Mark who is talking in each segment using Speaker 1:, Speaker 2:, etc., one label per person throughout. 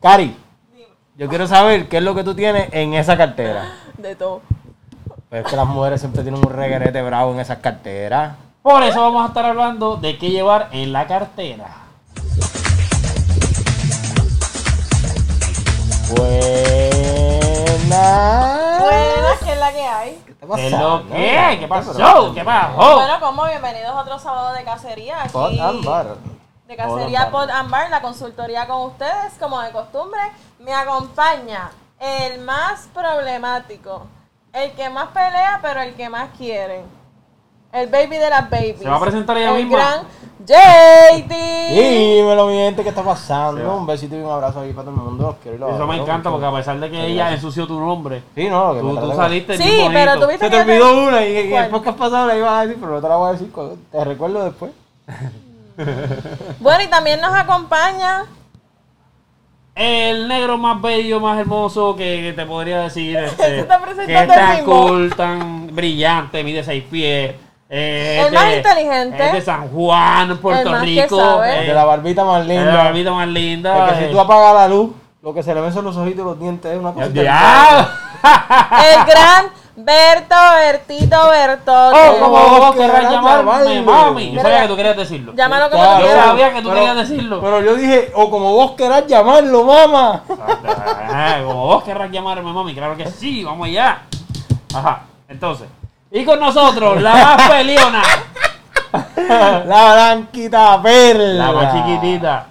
Speaker 1: Cari, yo quiero saber qué es lo que tú tienes en esa cartera.
Speaker 2: De todo.
Speaker 1: Pues es que las mujeres siempre tienen un reguerete bravo en esas carteras.
Speaker 3: Por eso vamos a estar hablando de qué llevar en la cartera.
Speaker 1: Buenas.
Speaker 2: Buenas, que es la que hay.
Speaker 1: ¿Qué está
Speaker 3: ¿Qué es
Speaker 1: pasando?
Speaker 3: lo que? ¿Qué pasó?
Speaker 1: Pero-
Speaker 3: ¿Qué pasó?
Speaker 2: Bueno, como bienvenidos a otro sábado de cacería aquí.
Speaker 1: Pot and bar.
Speaker 2: De
Speaker 1: Pod
Speaker 2: cacería
Speaker 1: and
Speaker 2: Pod and Bar, la consultoría con ustedes, como de costumbre. Me acompaña el más problemático, el que más pelea, pero el que más quiere. El baby de las babies.
Speaker 3: Se va a presentar ella
Speaker 2: el
Speaker 3: misma.
Speaker 2: gran JD.
Speaker 1: Dímelo, mi gente, ¿qué está pasando?
Speaker 3: Sí, va.
Speaker 1: Un besito y un abrazo ahí para todo el mundo. Los quiero y los
Speaker 3: Eso me
Speaker 1: adoro.
Speaker 3: encanta porque a pesar de que ella ensució tu nombre,
Speaker 1: Sí, no, que me
Speaker 3: tú, tú
Speaker 1: trata como-
Speaker 3: saliste
Speaker 2: Sí,
Speaker 3: bien
Speaker 2: pero
Speaker 3: Este bonito.
Speaker 2: tuviste-
Speaker 1: Se te olvidó una y, y el
Speaker 2: ¿Cuál?
Speaker 1: podcast pasado la ibas a decir, pero no te la voy a decir. co- Te recuerdo después.
Speaker 2: Bueno, y también nos acompaña
Speaker 3: El negro más bello, más hermoso que, que te podría decir. Este,
Speaker 2: está
Speaker 3: que
Speaker 2: presentando
Speaker 3: es
Speaker 2: el
Speaker 3: tan
Speaker 2: mismo.
Speaker 3: cool, tan brillante, mide seis pies. eh,
Speaker 2: El
Speaker 3: es
Speaker 2: más
Speaker 3: de-
Speaker 2: inteligente.
Speaker 3: Es de San Juan, Puerto
Speaker 2: El más que
Speaker 3: Rico.
Speaker 2: sabe.
Speaker 3: eh,
Speaker 1: De la barbita más
Speaker 3: es
Speaker 1: linda.
Speaker 3: de la barbita más linda.
Speaker 1: Porque
Speaker 3: eh.
Speaker 1: si tú apagas la luz, lo que se le ven son los ojitos y los dientes. Es una cosa.
Speaker 3: ¡Diablo!
Speaker 2: el gran Berto, Bertito, Berto.
Speaker 3: ¡Oh, como
Speaker 1: vos
Speaker 3: vos querrás
Speaker 1: querrás
Speaker 3: llamarme,
Speaker 1: llamarme.
Speaker 3: mami! Yo
Speaker 2: Mira,
Speaker 3: sabía que tú querías decirlo.
Speaker 2: Llámalo como
Speaker 1: Claro.
Speaker 2: tú
Speaker 3: Yo
Speaker 2: quieras.
Speaker 3: sabía que tú
Speaker 1: Pero-
Speaker 3: querías decirlo.
Speaker 1: Pero yo dije, o como vos querás llamarlo, mamá.
Speaker 3: Ajá, Como vos querrás llamarme, mami. Claro que sí, vamos allá. Ajá, entonces. Y con nosotros, la más peliona.
Speaker 1: La blanquita perla.
Speaker 3: La más chiquitita.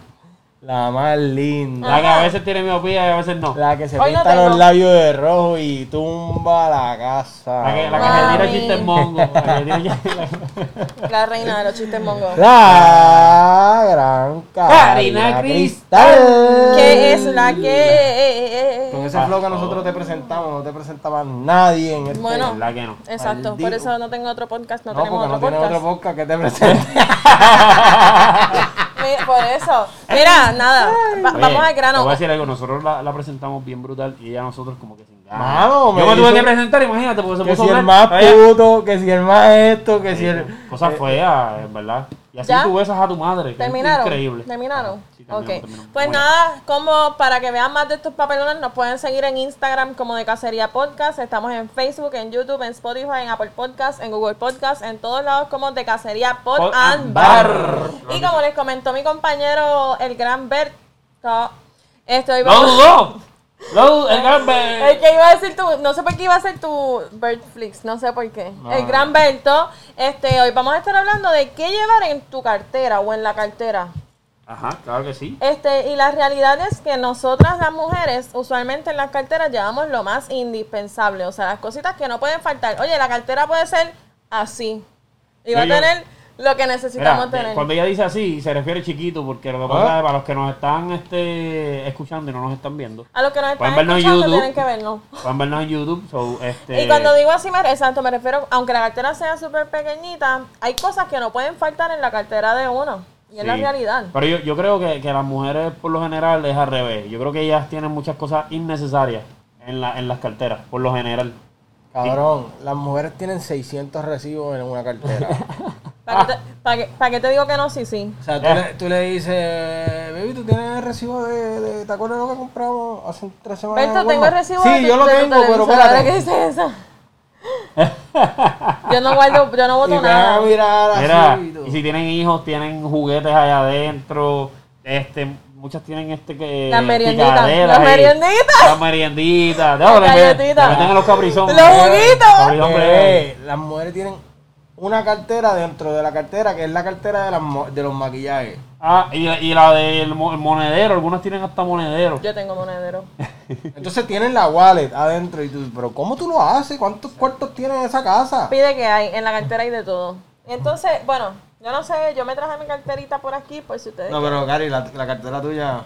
Speaker 1: La más linda.
Speaker 3: La que a veces tiene miopía y a veces no.
Speaker 1: La que se
Speaker 2: Hoy no
Speaker 1: pinta
Speaker 2: tengo.
Speaker 1: los labios de rojo y tumba la casa.
Speaker 3: La que, la que
Speaker 2: Mami.
Speaker 3: se tira chistes mongos. La que tiene que-
Speaker 2: La reina de los chistes mongos.
Speaker 1: La gran
Speaker 3: Karina
Speaker 1: Karina
Speaker 3: Cristal.
Speaker 1: Cristal.
Speaker 2: Que eh, es la que.
Speaker 1: Con ese flow que nosotros te presentamos, no te presentaba nadie en este
Speaker 2: Bueno.
Speaker 3: La que no.
Speaker 2: Exacto, por
Speaker 1: Maldito.
Speaker 2: eso no tengo otro podcast, no,
Speaker 1: No,
Speaker 2: tenemos
Speaker 1: porque
Speaker 2: otro
Speaker 1: no tiene
Speaker 2: podcast.
Speaker 1: otro podcast que te presente.
Speaker 2: Mi- por eso. Mira, nada, va-
Speaker 3: Oye,
Speaker 2: vamos al
Speaker 3: Te voy a
Speaker 2: grano.
Speaker 3: decir algo, nosotros la, la presentamos bien brutal y ella a nosotros como que sin ganas.
Speaker 1: Mano, me
Speaker 3: Yo me tuve
Speaker 1: hizo-
Speaker 3: que presentar, imagínate, porque se
Speaker 1: Que
Speaker 3: puso
Speaker 1: si el más
Speaker 3: blanca. Oye,
Speaker 1: puto, que si el más esto, que si el.
Speaker 3: Cosa fea, en verdad. Y así
Speaker 2: eh, ¿Ya?
Speaker 3: tú besas a tu madre. que es
Speaker 2: ¿Terminaron?
Speaker 3: Increíble.
Speaker 2: ¿Terminaron?
Speaker 3: Sí, terminamos,
Speaker 2: ok.
Speaker 3: terminamos.
Speaker 2: Pues
Speaker 3: Bueno.
Speaker 2: nada, como para que vean más de estos papelones, nos pueden seguir en Instagram como de Cacería Podcast. Estamos en Facebook, en YouTube, en Spotify, en Apple Podcast, en Google Podcast, en todos lados como de Cacería Pod,
Speaker 3: Pod
Speaker 2: and
Speaker 3: and
Speaker 2: Bar.
Speaker 3: Bar.
Speaker 2: Y como les comentó mi compañero, el gran Berto, estoy
Speaker 3: ¡Lo dudó! ¡Lo dudó! ¡El gambe!
Speaker 2: El que iba a decir tu, no sé por qué iba a ser tu Bertflix, no sé por qué. El gran Berto, este, hoy vamos a estar hablando de qué llevar en tu cartera o en la cartera.
Speaker 3: Ajá, claro que sí.
Speaker 2: Este, y la realidad es que nosotras las mujeres, usualmente en las carteras llevamos lo más indispensable, o sea, las cositas que no pueden faltar. Oye, la cartera puede ser así. Y va a
Speaker 3: Yo- yo-
Speaker 2: tener lo que necesitamos
Speaker 3: Mira,
Speaker 2: tener.
Speaker 3: Cuando ella dice así, se refiere chiquito, porque lo que pasa
Speaker 1: Ah.
Speaker 3: es para los que nos están este, escuchando y no nos están viendo,
Speaker 2: A los que nos están
Speaker 3: pueden vernos en
Speaker 2: escuchando
Speaker 3: YouTube.
Speaker 2: tienen que vernos.
Speaker 3: van a vernos en YouTube. so, este,
Speaker 2: Y cuando digo así, me, exacto, me refiero, aunque la cartera sea súper pequeñita, hay cosas que no pueden faltar en la cartera de uno. Y es la
Speaker 3: Sí.
Speaker 2: realidad.
Speaker 3: Pero yo, yo creo que, que las mujeres por lo general es al revés. Yo creo que ellas tienen muchas cosas innecesarias en, la, en las carteras, por lo general.
Speaker 1: Cabrón, las mujeres tienen 600 recibos en una cartera.
Speaker 2: ¿Para, qué te, para qué- para qué te digo que no? Sí, sí.
Speaker 1: O sea, tú, le, tú le dices, baby, tú tienes el recibo de, de tacones lo que compramos hace tres semanas.
Speaker 2: Berto,
Speaker 1: en
Speaker 2: tengo el
Speaker 1: Walmart?"
Speaker 2: recibo
Speaker 1: Sí,
Speaker 2: de tu-
Speaker 1: yo lo
Speaker 2: de tu
Speaker 1: tengo, pero
Speaker 2: televisor. ¿Ahora qué
Speaker 1: espérate.
Speaker 2: dice eso? yo no guardo, yo no
Speaker 1: Y me
Speaker 2: voto
Speaker 1: van a
Speaker 2: nada.
Speaker 1: mirar así.
Speaker 3: Mira,
Speaker 1: y todo.
Speaker 3: y si tienen hijos, tienen juguetes allá adentro. Este, muchas tienen este que.
Speaker 2: Las merienditas,
Speaker 3: picaderas
Speaker 2: las
Speaker 3: y-
Speaker 2: merienditas.
Speaker 3: Las merienditas. No, le-
Speaker 2: galletitas.
Speaker 3: le meten a los caprizón.
Speaker 2: Los juguitos.
Speaker 3: Caprizón, hombre.
Speaker 1: Eh, las mujeres tienen una cartera dentro de la cartera, que es la cartera de, las mo- de los maquillajes.
Speaker 3: Ah, y, la- y la del mo- el monedero. Algunas tienen hasta monedero.
Speaker 2: Yo tengo monedero.
Speaker 1: Entonces tienen la wallet adentro y tú, pero ¿cómo tú lo haces? ¿Cuántos cuartos tiene esa casa?
Speaker 2: Pide que hay, en la cartera hay de todo. Entonces, bueno, yo no sé, yo me traje mi carterita por aquí, por si ustedes...
Speaker 1: No, pero Gary, la, la cartera tuya.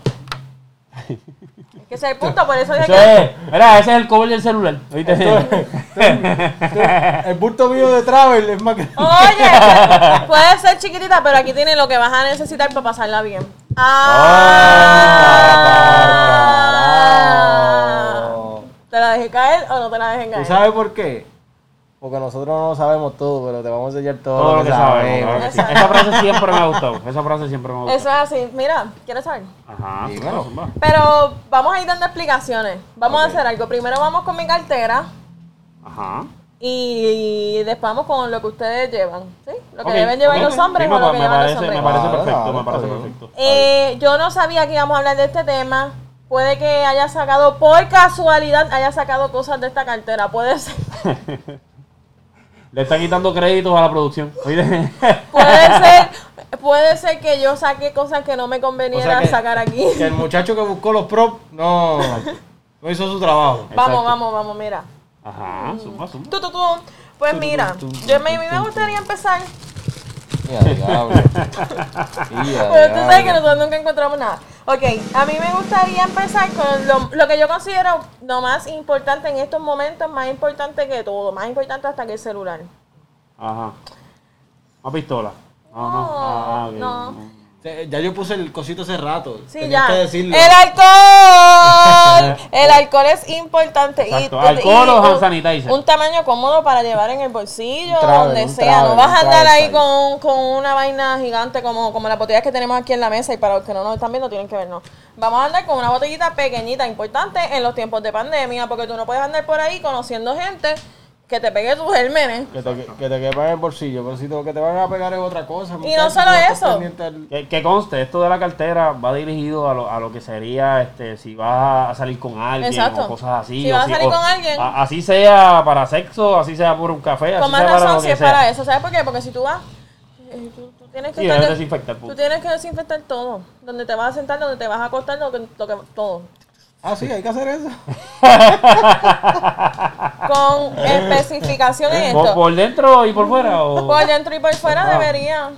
Speaker 2: Es que ese es el punto, por eso dije
Speaker 3: Eso
Speaker 2: que...
Speaker 3: es. Mira, ese es el cover del celular. ¿Oíste?
Speaker 1: El bulto mío de Travel es más que.
Speaker 2: Oye, puede ser chiquitita, pero aquí tiene lo que vas a necesitar para pasarla bien. Ah. ¿Te la dejé caer o no te la dejé
Speaker 1: ¿Tú
Speaker 2: caer?
Speaker 1: sabes por qué? Porque nosotros no sabemos todo, pero te vamos a enseñar todo,
Speaker 3: Todo lo que sabemos. claro que sí.
Speaker 2: Exacto.
Speaker 3: Esa frase siempre me ha gustado. Esa frase siempre me ha
Speaker 2: Eso es
Speaker 3: gustado.
Speaker 2: así. Mira, ¿quieres saber?
Speaker 3: Ajá.
Speaker 1: Dímelo.
Speaker 3: zumba, zumba.
Speaker 2: Pero vamos a ir dando explicaciones. Vamos a hacer algo. Primero vamos con mi cartera
Speaker 3: Ajá.
Speaker 2: y después vamos con lo que ustedes llevan. ¿Sí? Lo que
Speaker 3: Ok,
Speaker 2: deben llevar
Speaker 3: ok.
Speaker 2: los hombres
Speaker 3: Sí, me
Speaker 2: o lo que
Speaker 3: me
Speaker 2: llevan
Speaker 3: parece,
Speaker 2: los hombres.
Speaker 3: Me parece
Speaker 1: Claro,
Speaker 3: perfecto, me
Speaker 1: claro,
Speaker 3: parece
Speaker 1: Ah, está bien.
Speaker 3: perfecto.
Speaker 2: Eh, yo no sabía que íbamos a hablar de este tema. Puede que haya sacado, por casualidad, haya sacado cosas de esta cartera. Puede ser.
Speaker 3: Le está quitando créditos a la producción. Oye,
Speaker 2: Puede ser. Puede ser que yo saque cosas que no me conveniera
Speaker 1: O sea que-
Speaker 2: sacar aquí.
Speaker 1: Que el muchacho que buscó los props no, no hizo su trabajo.
Speaker 2: Vamos, vamos, vamos, mira.
Speaker 3: Ajá, zumba, zumba.
Speaker 2: Tú, tú, tú. Pues mira, yo me, me gustaría empezar.
Speaker 1: Ya, diablo. Ya,
Speaker 2: Pero tú sabes que
Speaker 1: diablo.
Speaker 2: nosotros nunca encontramos nada. Ok, a mí me gustaría empezar con lo, lo que yo considero lo más importante en estos momentos, más importante que todo, más importante hasta que el celular.
Speaker 3: Ajá. Una pistola. No, no.
Speaker 2: No,
Speaker 3: Ah, ok.
Speaker 2: no.
Speaker 1: Eh, Ya yo puse el cosito hace rato.
Speaker 2: Sí,
Speaker 1: Tenías
Speaker 2: ya. Eh.
Speaker 1: que decirlo.
Speaker 2: El alcohol. el alcohol es importante.
Speaker 3: Exacto, alcohol o hand sanitizer.
Speaker 2: Un tamaño cómodo para llevar en el bolsillo,
Speaker 1: Un travel,
Speaker 2: donde
Speaker 1: un
Speaker 2: sea. no
Speaker 1: travel,
Speaker 2: vas a
Speaker 1: un
Speaker 2: andar
Speaker 1: travel
Speaker 2: ahí con, con una vaina gigante como, como las botellas que tenemos aquí en la mesa. Y para los que no nos están viendo, tienen que vernos. Vamos a andar con una botellita pequeñita, importante en los tiempos de pandemia, porque tú no puedes andar por ahí conociendo gente que te pegue tus gérmenes.
Speaker 1: Que te, que te quepa en el bolsillo, pero si lo que te van a pegar es otra cosa.
Speaker 2: Y no solo eso.
Speaker 3: Que, que conste, esto de la cartera va dirigido a lo, a lo que sería este, si vas a salir con alguien
Speaker 2: Exacto.
Speaker 3: o cosas así.
Speaker 2: Si
Speaker 3: o
Speaker 2: vas a salir con alguien.
Speaker 3: a- así sea para sexo, así sea por un café, así
Speaker 2: Con más
Speaker 3: sea para
Speaker 2: razón
Speaker 3: lo
Speaker 2: si
Speaker 3: que
Speaker 2: es
Speaker 3: sea.
Speaker 2: para eso, ¿sabes por qué? Porque si tú vas, eh, tú, tú tienes que
Speaker 3: Sí,
Speaker 2: estar
Speaker 3: debes
Speaker 2: de-
Speaker 3: desinfectar,
Speaker 2: tú
Speaker 3: punto.
Speaker 2: tienes que desinfectar todo, donde te vas a sentar, donde te vas a acostar, lo que, lo que- todo.
Speaker 1: Ah, sí, hay que hacer eso.
Speaker 2: Con especificaciones
Speaker 3: ¿Por,
Speaker 2: esto.
Speaker 3: por dentro y por fuera? O...
Speaker 2: Por dentro y por fuera
Speaker 3: Ah.
Speaker 2: debería.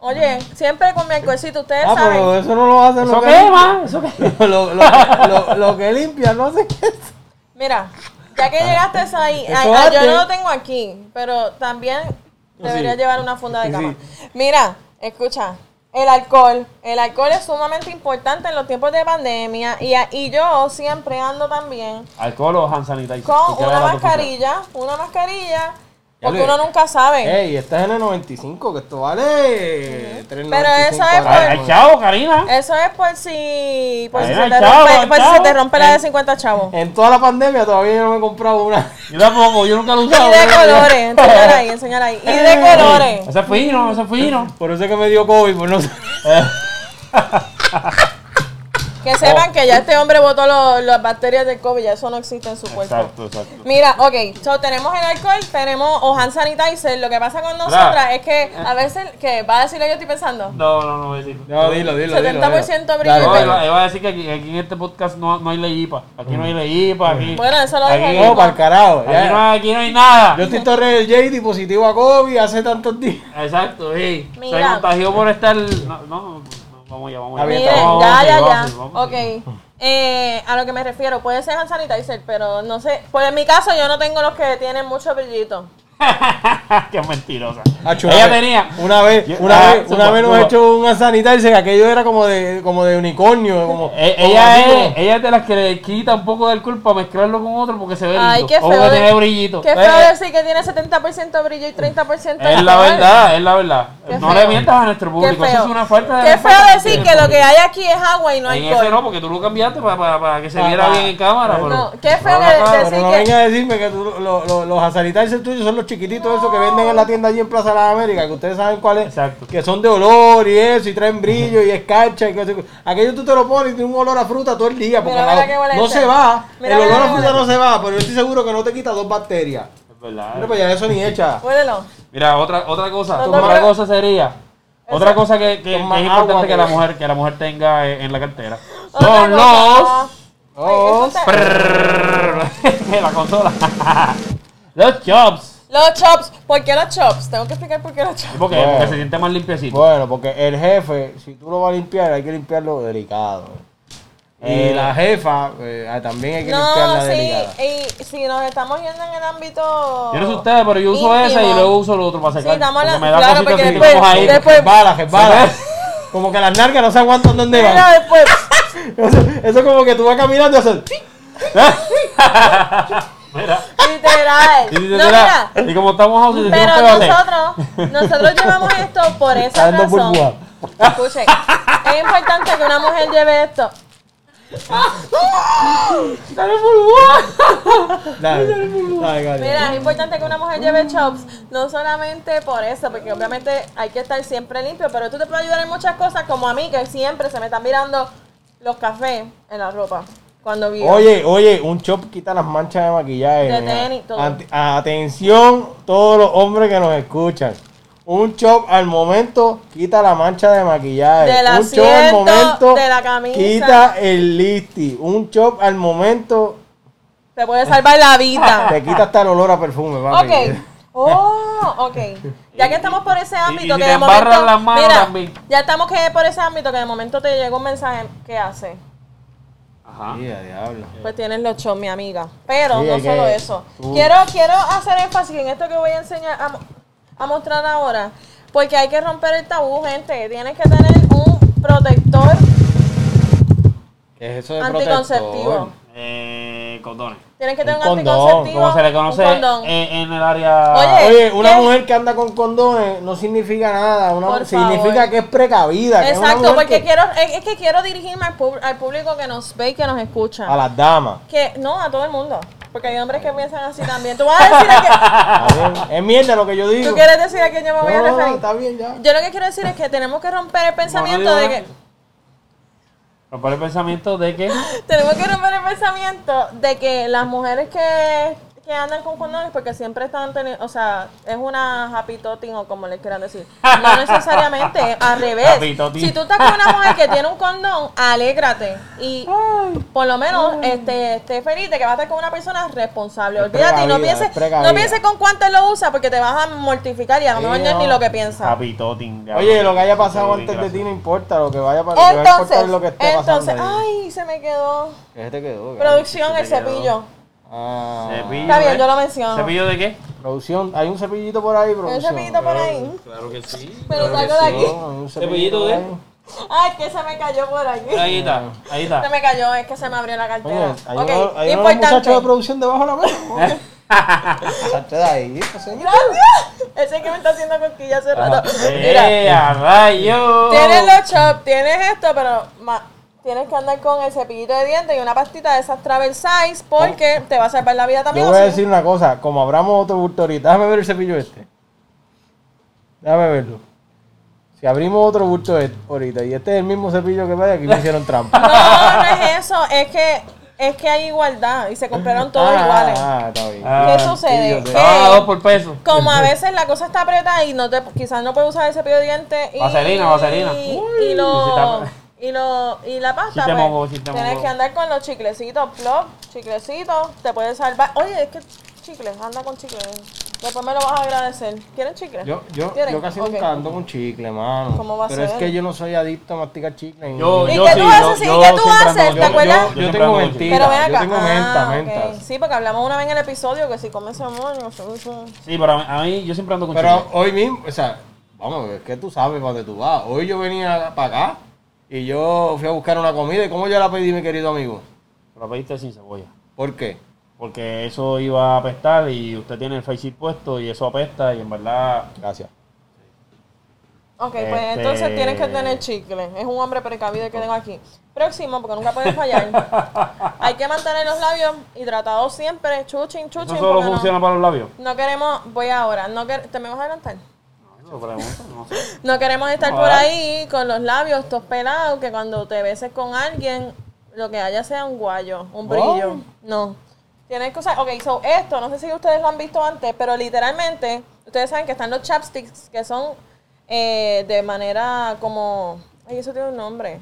Speaker 2: Oye, siempre con mi alcoholcito, ustedes
Speaker 1: Ah,
Speaker 2: saben.
Speaker 1: pero eso no lo hacen
Speaker 3: ¿Eso
Speaker 1: lo que
Speaker 3: quema?
Speaker 1: limpian.
Speaker 3: ¿Eso quema?
Speaker 1: Lo, lo, lo, lo- lo que limpia, no sé qué es.
Speaker 2: Mira, ya que llegaste ahí,
Speaker 1: Eso
Speaker 2: ay, ay, yo
Speaker 1: hace.
Speaker 2: no lo tengo aquí, pero también debería
Speaker 1: Sí.
Speaker 2: llevar una funda de
Speaker 1: Sí.
Speaker 2: cama. Mira, escucha, el alcohol, el alcohol es sumamente importante en los tiempos de pandemia y, a- y yo siempre ando también
Speaker 3: ¿Alcohol o hand sanitizer?
Speaker 2: con
Speaker 3: Cualquiera
Speaker 2: una
Speaker 3: de las dos
Speaker 2: mascarilla, una mascarilla,
Speaker 1: Ya
Speaker 2: porque
Speaker 1: le-
Speaker 2: uno nunca
Speaker 3: Eh.
Speaker 2: sabe.
Speaker 1: Ey, estás en el 95, que esto vale.
Speaker 2: Pero eso es
Speaker 3: funciona. Ay, ay, chao, Karina.
Speaker 2: Eso es por si, por si
Speaker 3: Ay,
Speaker 2: se
Speaker 3: ay,
Speaker 2: te
Speaker 3: chavo,
Speaker 2: rompe, por si se
Speaker 3: chavo.
Speaker 2: te rompe la
Speaker 3: Eh.
Speaker 2: de 50 chavos.
Speaker 1: En toda la pandemia todavía yo no me he comprado una.
Speaker 3: Yo tampoco, yo nunca lo he usado.
Speaker 2: Y de colores, enseñar ahí, enseñar ahí. Y
Speaker 3: Eh.
Speaker 2: de colores.
Speaker 3: Ese es fino, ese es fino.
Speaker 1: Por eso es que me dio COVID, por no sé.
Speaker 3: Oh.
Speaker 2: Que sepan que ya este hombre botó lo- las bacterias del COVID, ya eso no existe en su cuerpo.
Speaker 3: Exacto, exacto.
Speaker 2: Mira, ok, so, tenemos el alcohol, tenemos o hand sanitizer. Lo que pasa con nosotras es que a veces, que ¿Va a decir lo que estoy pensando?
Speaker 3: No, no, no voy a decir.
Speaker 1: No, dilo, dilo.
Speaker 2: 70%
Speaker 1: dilo.
Speaker 2: brillo.
Speaker 1: Dale, dale.
Speaker 3: No, iba, iba a decir que aquí, aquí en este podcast no, no hay leyipa. Aquí no hay leyipa, aquí.
Speaker 2: Bueno, eso lo
Speaker 3: aquí, oh,
Speaker 2: dije
Speaker 1: No,
Speaker 2: yo.
Speaker 1: para el Oh, carajo.
Speaker 3: aquí
Speaker 1: ya.
Speaker 3: no, hay- aquí no hay nada.
Speaker 1: Yo estoy torre el JD positivo a COVID hace tantos días.
Speaker 3: Exacto, sí. Se
Speaker 2: Mira.
Speaker 3: contagió por estar. No, no, no, vamos ya, vamos ya.
Speaker 1: Está bien,
Speaker 2: Miren,
Speaker 1: está
Speaker 3: Vamos,
Speaker 2: ya,
Speaker 3: vamos,
Speaker 2: ya, ya.
Speaker 3: sí, vamos, sí, vamos,
Speaker 2: Ok. Eh, a lo que me refiero, puede ser hand sanitizer, pero no sé. Pues en mi caso, yo no tengo los que tienen mucho brillito.
Speaker 3: sí. Qué mentirosa.
Speaker 1: Acho,
Speaker 3: Ella
Speaker 1: una vez-
Speaker 3: tenía.
Speaker 1: Una vez,
Speaker 3: Yo-
Speaker 1: una
Speaker 3: ah,
Speaker 1: vez,
Speaker 3: zumba,
Speaker 1: una vez nos
Speaker 3: zumba.
Speaker 1: echó un sanitizer que aquello era como de, como de unicornio. Como,
Speaker 3: Eh,
Speaker 1: como
Speaker 3: ella,
Speaker 1: así
Speaker 3: es,
Speaker 1: como-
Speaker 3: ella es de las que le quita un poco del culpa para mezclarlo con otro porque se ve
Speaker 2: Ay,
Speaker 3: lindo.
Speaker 2: qué
Speaker 3: o porque
Speaker 2: feo. de-
Speaker 3: Oh, tiene brillito. Eh,
Speaker 2: Qué feo decir que tiene 70% brillo y 30%
Speaker 3: Es la
Speaker 2: alcohol.
Speaker 3: verdad, es la verdad.
Speaker 2: Qué
Speaker 3: no
Speaker 2: feo.
Speaker 3: le mientas a nuestro
Speaker 2: Qué
Speaker 3: público. Eso es
Speaker 2: feo.
Speaker 3: una falta de.
Speaker 2: Qué feo
Speaker 3: respeto.
Speaker 2: decir que lo que hay aquí es agua y no
Speaker 3: En ese
Speaker 2: alcohol.
Speaker 3: no, porque tú lo cambiaste para, para, para que se
Speaker 1: Ah,
Speaker 3: viera
Speaker 1: va.
Speaker 3: bien en cámara. pero-
Speaker 2: No, qué feo
Speaker 3: No, no,
Speaker 2: que
Speaker 1: Pero
Speaker 2: decir
Speaker 1: no
Speaker 2: que.
Speaker 1: vengas a decirme que tú- lo- lo- los sanitizers tuyos son los chiquititos esos que venden en la tienda allí en Plaza de las Américas, que ustedes saben cuál es.
Speaker 3: Exacto.
Speaker 1: Que son de olor y eso, y traen brillo y escarcha. Y cosas. Aquello tú te lo pones y tiene un olor a fruta todo el día. Porque
Speaker 2: Mira,
Speaker 1: la-
Speaker 2: mira qué huele
Speaker 1: no
Speaker 2: este.
Speaker 1: se va.
Speaker 2: Mira,
Speaker 1: el
Speaker 2: mira
Speaker 1: olor a
Speaker 2: qué
Speaker 1: fruta
Speaker 2: huele.
Speaker 1: no se va, pero yo estoy seguro que no te quita dos bacterias.
Speaker 3: Es verdad.
Speaker 1: Pero pues ya eso ni echa.
Speaker 2: Huélelo.
Speaker 3: Mira, otra, otra cosa,
Speaker 2: No, no,
Speaker 3: otra
Speaker 2: pero-
Speaker 3: cosa sería. Otra cosa que, que- que es
Speaker 1: Toma
Speaker 3: importante
Speaker 1: agua,
Speaker 3: que la
Speaker 1: pero-
Speaker 3: mujer que la mujer tenga e, en en la cartera
Speaker 2: Otra
Speaker 3: son
Speaker 2: cosa.
Speaker 3: los
Speaker 2: Ay, eso está-
Speaker 3: Prrrr, la consola los chops
Speaker 2: Los chops. ¿Por qué los chops? Tengo que explicar por qué los chops.
Speaker 3: porque,
Speaker 1: Bueno.
Speaker 3: porque se siente más limpiecito
Speaker 1: Bueno, porque el jefe, si tú lo vas a limpiar, hay que limpiarlo delicado.
Speaker 3: Eh.
Speaker 1: Y la jefa, eh, ah, también hay que
Speaker 2: No,
Speaker 1: limpiarla
Speaker 2: sí.
Speaker 1: delicada.
Speaker 2: Y si nos estamos yendo en el ámbito.
Speaker 3: yo no sé ustedes pero yo uso
Speaker 2: íntimo.
Speaker 3: ese y luego uso el otro para secar
Speaker 2: Sí, estamos
Speaker 3: porque
Speaker 2: hablando-
Speaker 3: me da
Speaker 2: claro,
Speaker 3: cositas
Speaker 2: porque
Speaker 3: si
Speaker 2: después-
Speaker 3: tenemos ahí
Speaker 2: después-
Speaker 1: Resbala, resbala.
Speaker 3: Sí.
Speaker 1: Como que las narcas no se aguantan donde
Speaker 2: Mira,
Speaker 1: van.
Speaker 2: después.
Speaker 1: Eso, eso es como que tú vas caminando y haces...
Speaker 3: Mira.
Speaker 2: Literal.
Speaker 3: Y, dice,
Speaker 2: No,
Speaker 3: mira,
Speaker 2: mira.
Speaker 3: y como estamos house, decimos
Speaker 2: Pero
Speaker 3: peote.
Speaker 2: nosotros, nosotros llevamos esto por
Speaker 1: Está
Speaker 2: esa
Speaker 1: dando burbuja.
Speaker 2: razón. Escuchen, es importante que una mujer lleve esto.
Speaker 3: Dale, burbuja.
Speaker 1: Dale, dale, dale.
Speaker 2: Mira, es importante que una mujer lleve chops, no solamente por eso, porque obviamente hay que estar siempre limpio, pero tú te puedes ayudar en muchas cosas, como a mí, que siempre se me están mirando los cafés en la ropa cuando vivo.
Speaker 1: Oye, oye, un chop quita las manchas de maquillaje.
Speaker 2: De
Speaker 1: nena.
Speaker 2: tenis, todo.
Speaker 1: Ante- atención, todos los hombres que nos escuchan. Un chop al momento quita la mancha de maquillaje.
Speaker 2: Del
Speaker 1: un chop al
Speaker 2: asiento,
Speaker 1: momento
Speaker 2: de la camisa.
Speaker 1: quita el listi. Un chop al momento
Speaker 2: Te puede salvar la vida.
Speaker 1: te quita hasta el olor a perfume. papi.
Speaker 2: ok. Oh, ok. Ya que estamos por ese ámbito
Speaker 3: y
Speaker 2: que
Speaker 3: te
Speaker 2: de momento.
Speaker 3: embarran las manos
Speaker 2: mira,
Speaker 3: también.
Speaker 2: ya estamos que por ese ámbito que de momento te llega un mensaje que hace.
Speaker 3: Ajá.
Speaker 1: Sí, a diablo.
Speaker 2: Pues tienes los shows, mi amiga. Pero
Speaker 1: Sí,
Speaker 2: no
Speaker 1: hay que- uh.
Speaker 2: solo eso.
Speaker 1: tú-
Speaker 2: Quiero, quiero hacer énfasis en esto que voy a enseñar a, mo- a mostrar ahora. Porque hay que romper el tabú, gente. Tienes que tener un protector
Speaker 1: ¿Qué es eso de
Speaker 2: anticonceptivo.
Speaker 1: protector?
Speaker 3: Eh, condones.
Speaker 2: Tienes que tener un,
Speaker 1: Un condón,
Speaker 2: anticonceptivo.
Speaker 3: Como se le
Speaker 2: un
Speaker 3: conoce
Speaker 2: condón.
Speaker 3: eh, en el área.
Speaker 2: Oye,
Speaker 1: Oye, una
Speaker 2: Eh, ¿qué?
Speaker 1: mujer que anda con condones no significa nada. Una,
Speaker 2: Por
Speaker 1: significa
Speaker 2: favor.
Speaker 1: que es precavida. que es una
Speaker 2: Exacto,
Speaker 1: mujer
Speaker 2: porque
Speaker 1: que-
Speaker 2: quiero, es es que quiero dirigirme al, pub- al público que nos ve y que nos escucha.
Speaker 1: A las damas.
Speaker 2: Que, no, a todo el mundo. Porque hay hombres que piensan así también. Tú vas a decir a
Speaker 1: A ver, Es mierda lo que yo
Speaker 2: que,
Speaker 1: digo.
Speaker 2: tú quieres decir a quién yo me voy a
Speaker 1: No, no, no,
Speaker 2: referir.
Speaker 1: está bien ya.
Speaker 2: Yo lo que quiero decir es que tenemos que romper el pensamiento
Speaker 3: digo
Speaker 2: de
Speaker 3: nada.
Speaker 2: que
Speaker 3: Romper el pensamiento de que.
Speaker 2: tenemos que romper el pensamiento de que las mujeres que, que andan con condones porque siempre están teniendo, o sea, es una happy toting o como les quieran decir. No necesariamente, al revés.
Speaker 3: Happy toting.
Speaker 2: Si tú estás con una mujer que tiene un condón, alégrate y por lo menos este esté feliz de que vas a estar con una persona responsable.
Speaker 1: Es
Speaker 2: Olvídate y no
Speaker 1: precavida,
Speaker 2: pienses
Speaker 1: es precavida.
Speaker 2: no pienses con cuánto lo usa porque te vas a mortificar y a lo
Speaker 1: Sí,
Speaker 2: mejor no es
Speaker 1: no.
Speaker 2: ni lo que piensas.
Speaker 3: Capitotin. ya.
Speaker 1: Oye, lo que haya pasado
Speaker 3: Capitotin,
Speaker 1: antes de ti
Speaker 3: gracias.
Speaker 1: no importa, lo que vaya para lo que va a
Speaker 2: Entonces,
Speaker 1: importar es lo que esté pasando.
Speaker 2: entonces,
Speaker 1: ahí.
Speaker 2: ay, se me quedó.
Speaker 1: ¿Qué se te quedó? cara?
Speaker 2: Producción, el
Speaker 3: se te quedó.
Speaker 2: cepillo.
Speaker 1: Ah,
Speaker 3: Cepillo,
Speaker 2: Está bien,
Speaker 3: ¿eh?
Speaker 2: yo lo menciono.
Speaker 3: ¿Cepillo de qué?
Speaker 1: producción, hay un cepillito por ahí,
Speaker 2: Hay un
Speaker 1: producción.
Speaker 2: cepillito por ahí.
Speaker 4: Claro que sí.
Speaker 2: Me lo
Speaker 4: claro que
Speaker 2: saco de
Speaker 4: sí.
Speaker 2: aquí.
Speaker 1: No, hay un
Speaker 4: Cepillito
Speaker 1: por
Speaker 4: de-
Speaker 1: ahí.
Speaker 2: Ay, que se me cayó por aquí.
Speaker 3: Ahí está, ahí
Speaker 2: Se
Speaker 3: está.
Speaker 2: me cayó, es que se me abrió la
Speaker 1: Oye,
Speaker 2: cartera.
Speaker 1: hay,
Speaker 2: ok,
Speaker 1: uno- hay unos
Speaker 2: importante.
Speaker 1: muchachos de producción debajo de la mesa. Salte de ahí, pues, señor.
Speaker 2: Gracias. Ese que me está haciendo cosquillas hace rato. Mira,
Speaker 3: ¡Eh, a rayo!
Speaker 2: tienes los chops, tienes esto, pero ma- tienes que andar con el cepillito de dientes y una pastita de esas travel size porque te va a salvar la vida también.
Speaker 1: Oh. Yo voy a
Speaker 2: ¿o sí?
Speaker 1: decir una cosa, como abramos otro bulto ahorita, déjame ver el cepillo este. Déjame verlo. Si abrimos otro bulto este- ahorita y este es el mismo cepillo que vaya, aquí me hicieron trampa.
Speaker 2: No, no es eso, es que, es que hay igualdad y se compraron todos
Speaker 1: Ah,
Speaker 2: iguales.
Speaker 1: Ah, está bien.
Speaker 3: Ah,
Speaker 2: ¿Qué
Speaker 3: sí,
Speaker 2: sucede?
Speaker 1: yo sé.
Speaker 2: Que-
Speaker 3: Ah, dos por peso.
Speaker 2: Como a veces la cosa está apretada y no te, quizás no puedes usar el cepillo de dientes y...
Speaker 3: Vaselina, vaselina.
Speaker 2: Y,
Speaker 3: Uy.
Speaker 2: y
Speaker 3: Si
Speaker 2: lo...
Speaker 3: está-
Speaker 2: Y, lo, y la pasta,
Speaker 3: Si te
Speaker 2: pues,
Speaker 3: mojo, si te
Speaker 2: tienes
Speaker 3: mojo.
Speaker 2: que andar con los chiclecitos, plop, chiclecitos, te puedes salvar. Oye, es que chicles, anda con chicles. Después me lo vas a agradecer. ¿Quieren chicles?
Speaker 1: Yo, yo,
Speaker 2: ¿Quieren?
Speaker 1: yo casi
Speaker 2: Ok.
Speaker 1: nunca ando con chicle, mano.
Speaker 2: ¿Cómo va a
Speaker 1: Pero es
Speaker 2: ser?
Speaker 1: que yo no soy adicto a masticar chicle.
Speaker 3: Yo,
Speaker 2: ¿Y
Speaker 3: yo
Speaker 2: qué
Speaker 3: sí,
Speaker 2: tú haces? ¿Y
Speaker 3: yo- yo
Speaker 2: qué tú
Speaker 3: siempre
Speaker 2: haces?
Speaker 3: ando-
Speaker 2: ¿Te
Speaker 3: yo-
Speaker 2: acuerdas?
Speaker 1: Yo,
Speaker 3: siempre
Speaker 1: tengo
Speaker 3: ando con
Speaker 1: mentira.
Speaker 2: Pero ven acá.
Speaker 1: Yo tengo menta,
Speaker 2: Ah, ok.
Speaker 1: mentas.
Speaker 2: Sí, porque hablamos una vez en el episodio que si comes amor, no sé, eso.
Speaker 3: chicle. Sí, pero a mí, a mí yo siempre ando con
Speaker 1: Pero
Speaker 3: chicle.
Speaker 1: hoy mismo, o sea, vamos, es que tú sabes para dónde tú vas. Hoy yo venía para acá y yo fui a buscar una comida. ¿Y cómo yo la pedí, mi querido amigo?
Speaker 3: Pero pediste sin cebolla.
Speaker 1: ¿Por qué?
Speaker 3: Porque eso iba a apestar y usted tiene el face puesto y eso apesta y en verdad...
Speaker 1: Gracias.
Speaker 2: Ok, pues
Speaker 3: Este-
Speaker 2: entonces tienes que tener chicle. Es un hombre precavido que tengo aquí. Próximo, porque nunca puedes fallar. Hay que mantener los labios hidratados siempre. Chuchin, chuchin.
Speaker 3: Eso solo
Speaker 2: porque no-
Speaker 3: funciona para los labios.
Speaker 2: No, queremos. Voy ahora. No quer- ¿Te me vas a adelantar?
Speaker 3: No, eso pregunto, no sé.
Speaker 2: No queremos estar
Speaker 3: No,
Speaker 2: por
Speaker 3: dale.
Speaker 2: ahí con los labios todos pelados. Que cuando te beses con alguien, lo que haya sea un guayo, un brillo. No. Tienes que usar. Ok, so esto, no sé si ustedes lo han visto antes, pero literalmente, ustedes saben que están los chapsticks que son eh, de manera como. Ay, eso tiene un nombre.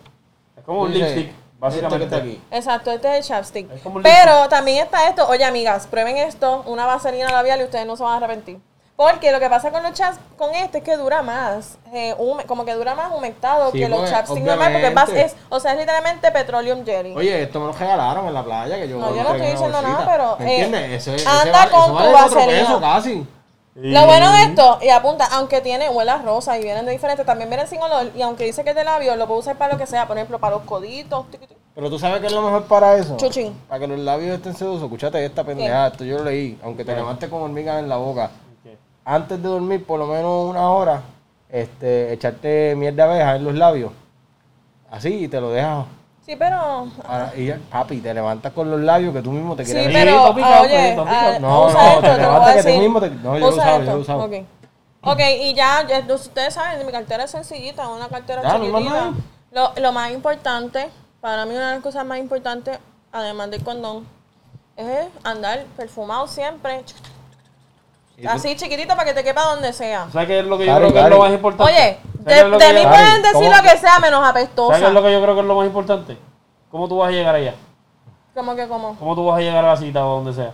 Speaker 3: Es como un lipstick, básicamente.
Speaker 1: "Este está aquí.
Speaker 2: Exacto, este es el chapstick.
Speaker 3: Es como un
Speaker 2: Pero también está esto, oye amigas, prueben esto, una vaselina labial y ustedes no se van a arrepentir. Porque lo que pasa con los chaps, con este es que dura más, eh, hume- como que dura más humectado
Speaker 1: Sí,
Speaker 2: que los
Speaker 1: porque,
Speaker 2: chapstick normal, porque es, bas-
Speaker 1: obviamente.
Speaker 2: es- o sea, es literalmente petroleum jelly.
Speaker 1: Oye, esto me lo regalaron en la playa que yo
Speaker 2: No, yo no
Speaker 1: encontré
Speaker 2: estoy
Speaker 1: en una
Speaker 2: diciendo nada,
Speaker 1: bolsita.
Speaker 2: pero,
Speaker 1: ¿Me
Speaker 2: eh,
Speaker 1: entiendes? Ese- ese
Speaker 2: anda
Speaker 1: vale-
Speaker 2: con
Speaker 1: eso vale
Speaker 2: tu
Speaker 1: cuatro
Speaker 2: vaselina.
Speaker 1: pesos casi.
Speaker 2: Lo bueno de esto, y apunta, aunque tiene huelas rosas y vienen de diferentes, también vienen sin olor, y aunque dice que es de labio, lo puedo usar para lo que sea, por ejemplo, para los coditos, tiqui, tiqui.
Speaker 1: Pero tú sabes que es lo mejor para eso.
Speaker 2: Chuchín.
Speaker 1: Para que los labios estén sedosos. Escúchate esta pendejada, esto yo lo leí. Aunque te levantes con hormigas en la boca.
Speaker 3: Ok.
Speaker 1: Antes de dormir, por lo menos una hora, este, echarte mierda abeja en los labios. Así y te lo dejas.
Speaker 2: Sí, pero.
Speaker 1: Ahora, y ya, papi, te levantas con los labios que tú mismo te
Speaker 2: Sí,
Speaker 1: quieres
Speaker 2: pero.
Speaker 3: Sí, papito,
Speaker 2: oye,
Speaker 3: papito,
Speaker 2: ah,
Speaker 1: No,
Speaker 2: usa
Speaker 1: no,
Speaker 2: esto,
Speaker 1: te
Speaker 2: te lo voy a
Speaker 1: levantas que tú
Speaker 2: decir.
Speaker 1: mismo te- no, yo lo
Speaker 2: Usa
Speaker 1: usaba, yo
Speaker 2: esto.
Speaker 1: lo usaba.
Speaker 2: Ok. Ok, y ya, ya, los- ustedes saben, mi cartera es sencillita, una cartera
Speaker 1: Ya, no hay más
Speaker 2: chiquitita.
Speaker 1: nada.
Speaker 2: Lo, lo más importante, para mí una de las cosas más importantes, además del condón, es andar perfumado siempre.
Speaker 1: Y tú-
Speaker 2: Así chiquitito para que te quepa donde sea.
Speaker 3: ¿Sabes qué es lo que yo
Speaker 1: Cari,
Speaker 3: creo que es lo
Speaker 1: Cari.
Speaker 3: más importante?
Speaker 2: Oye,
Speaker 3: ¿Sabes
Speaker 2: de,
Speaker 3: qué es lo que
Speaker 2: de
Speaker 3: yo-
Speaker 2: mí
Speaker 1: Ari,
Speaker 2: pueden decir
Speaker 1: ¿cómo?
Speaker 2: lo que sea menos apestosa.
Speaker 3: ¿Sabes qué es lo que yo creo que es lo más importante? ¿Cómo tú vas a llegar allá?
Speaker 2: Como que como
Speaker 3: ¿Cómo tú vas a llegar a la cita o donde sea?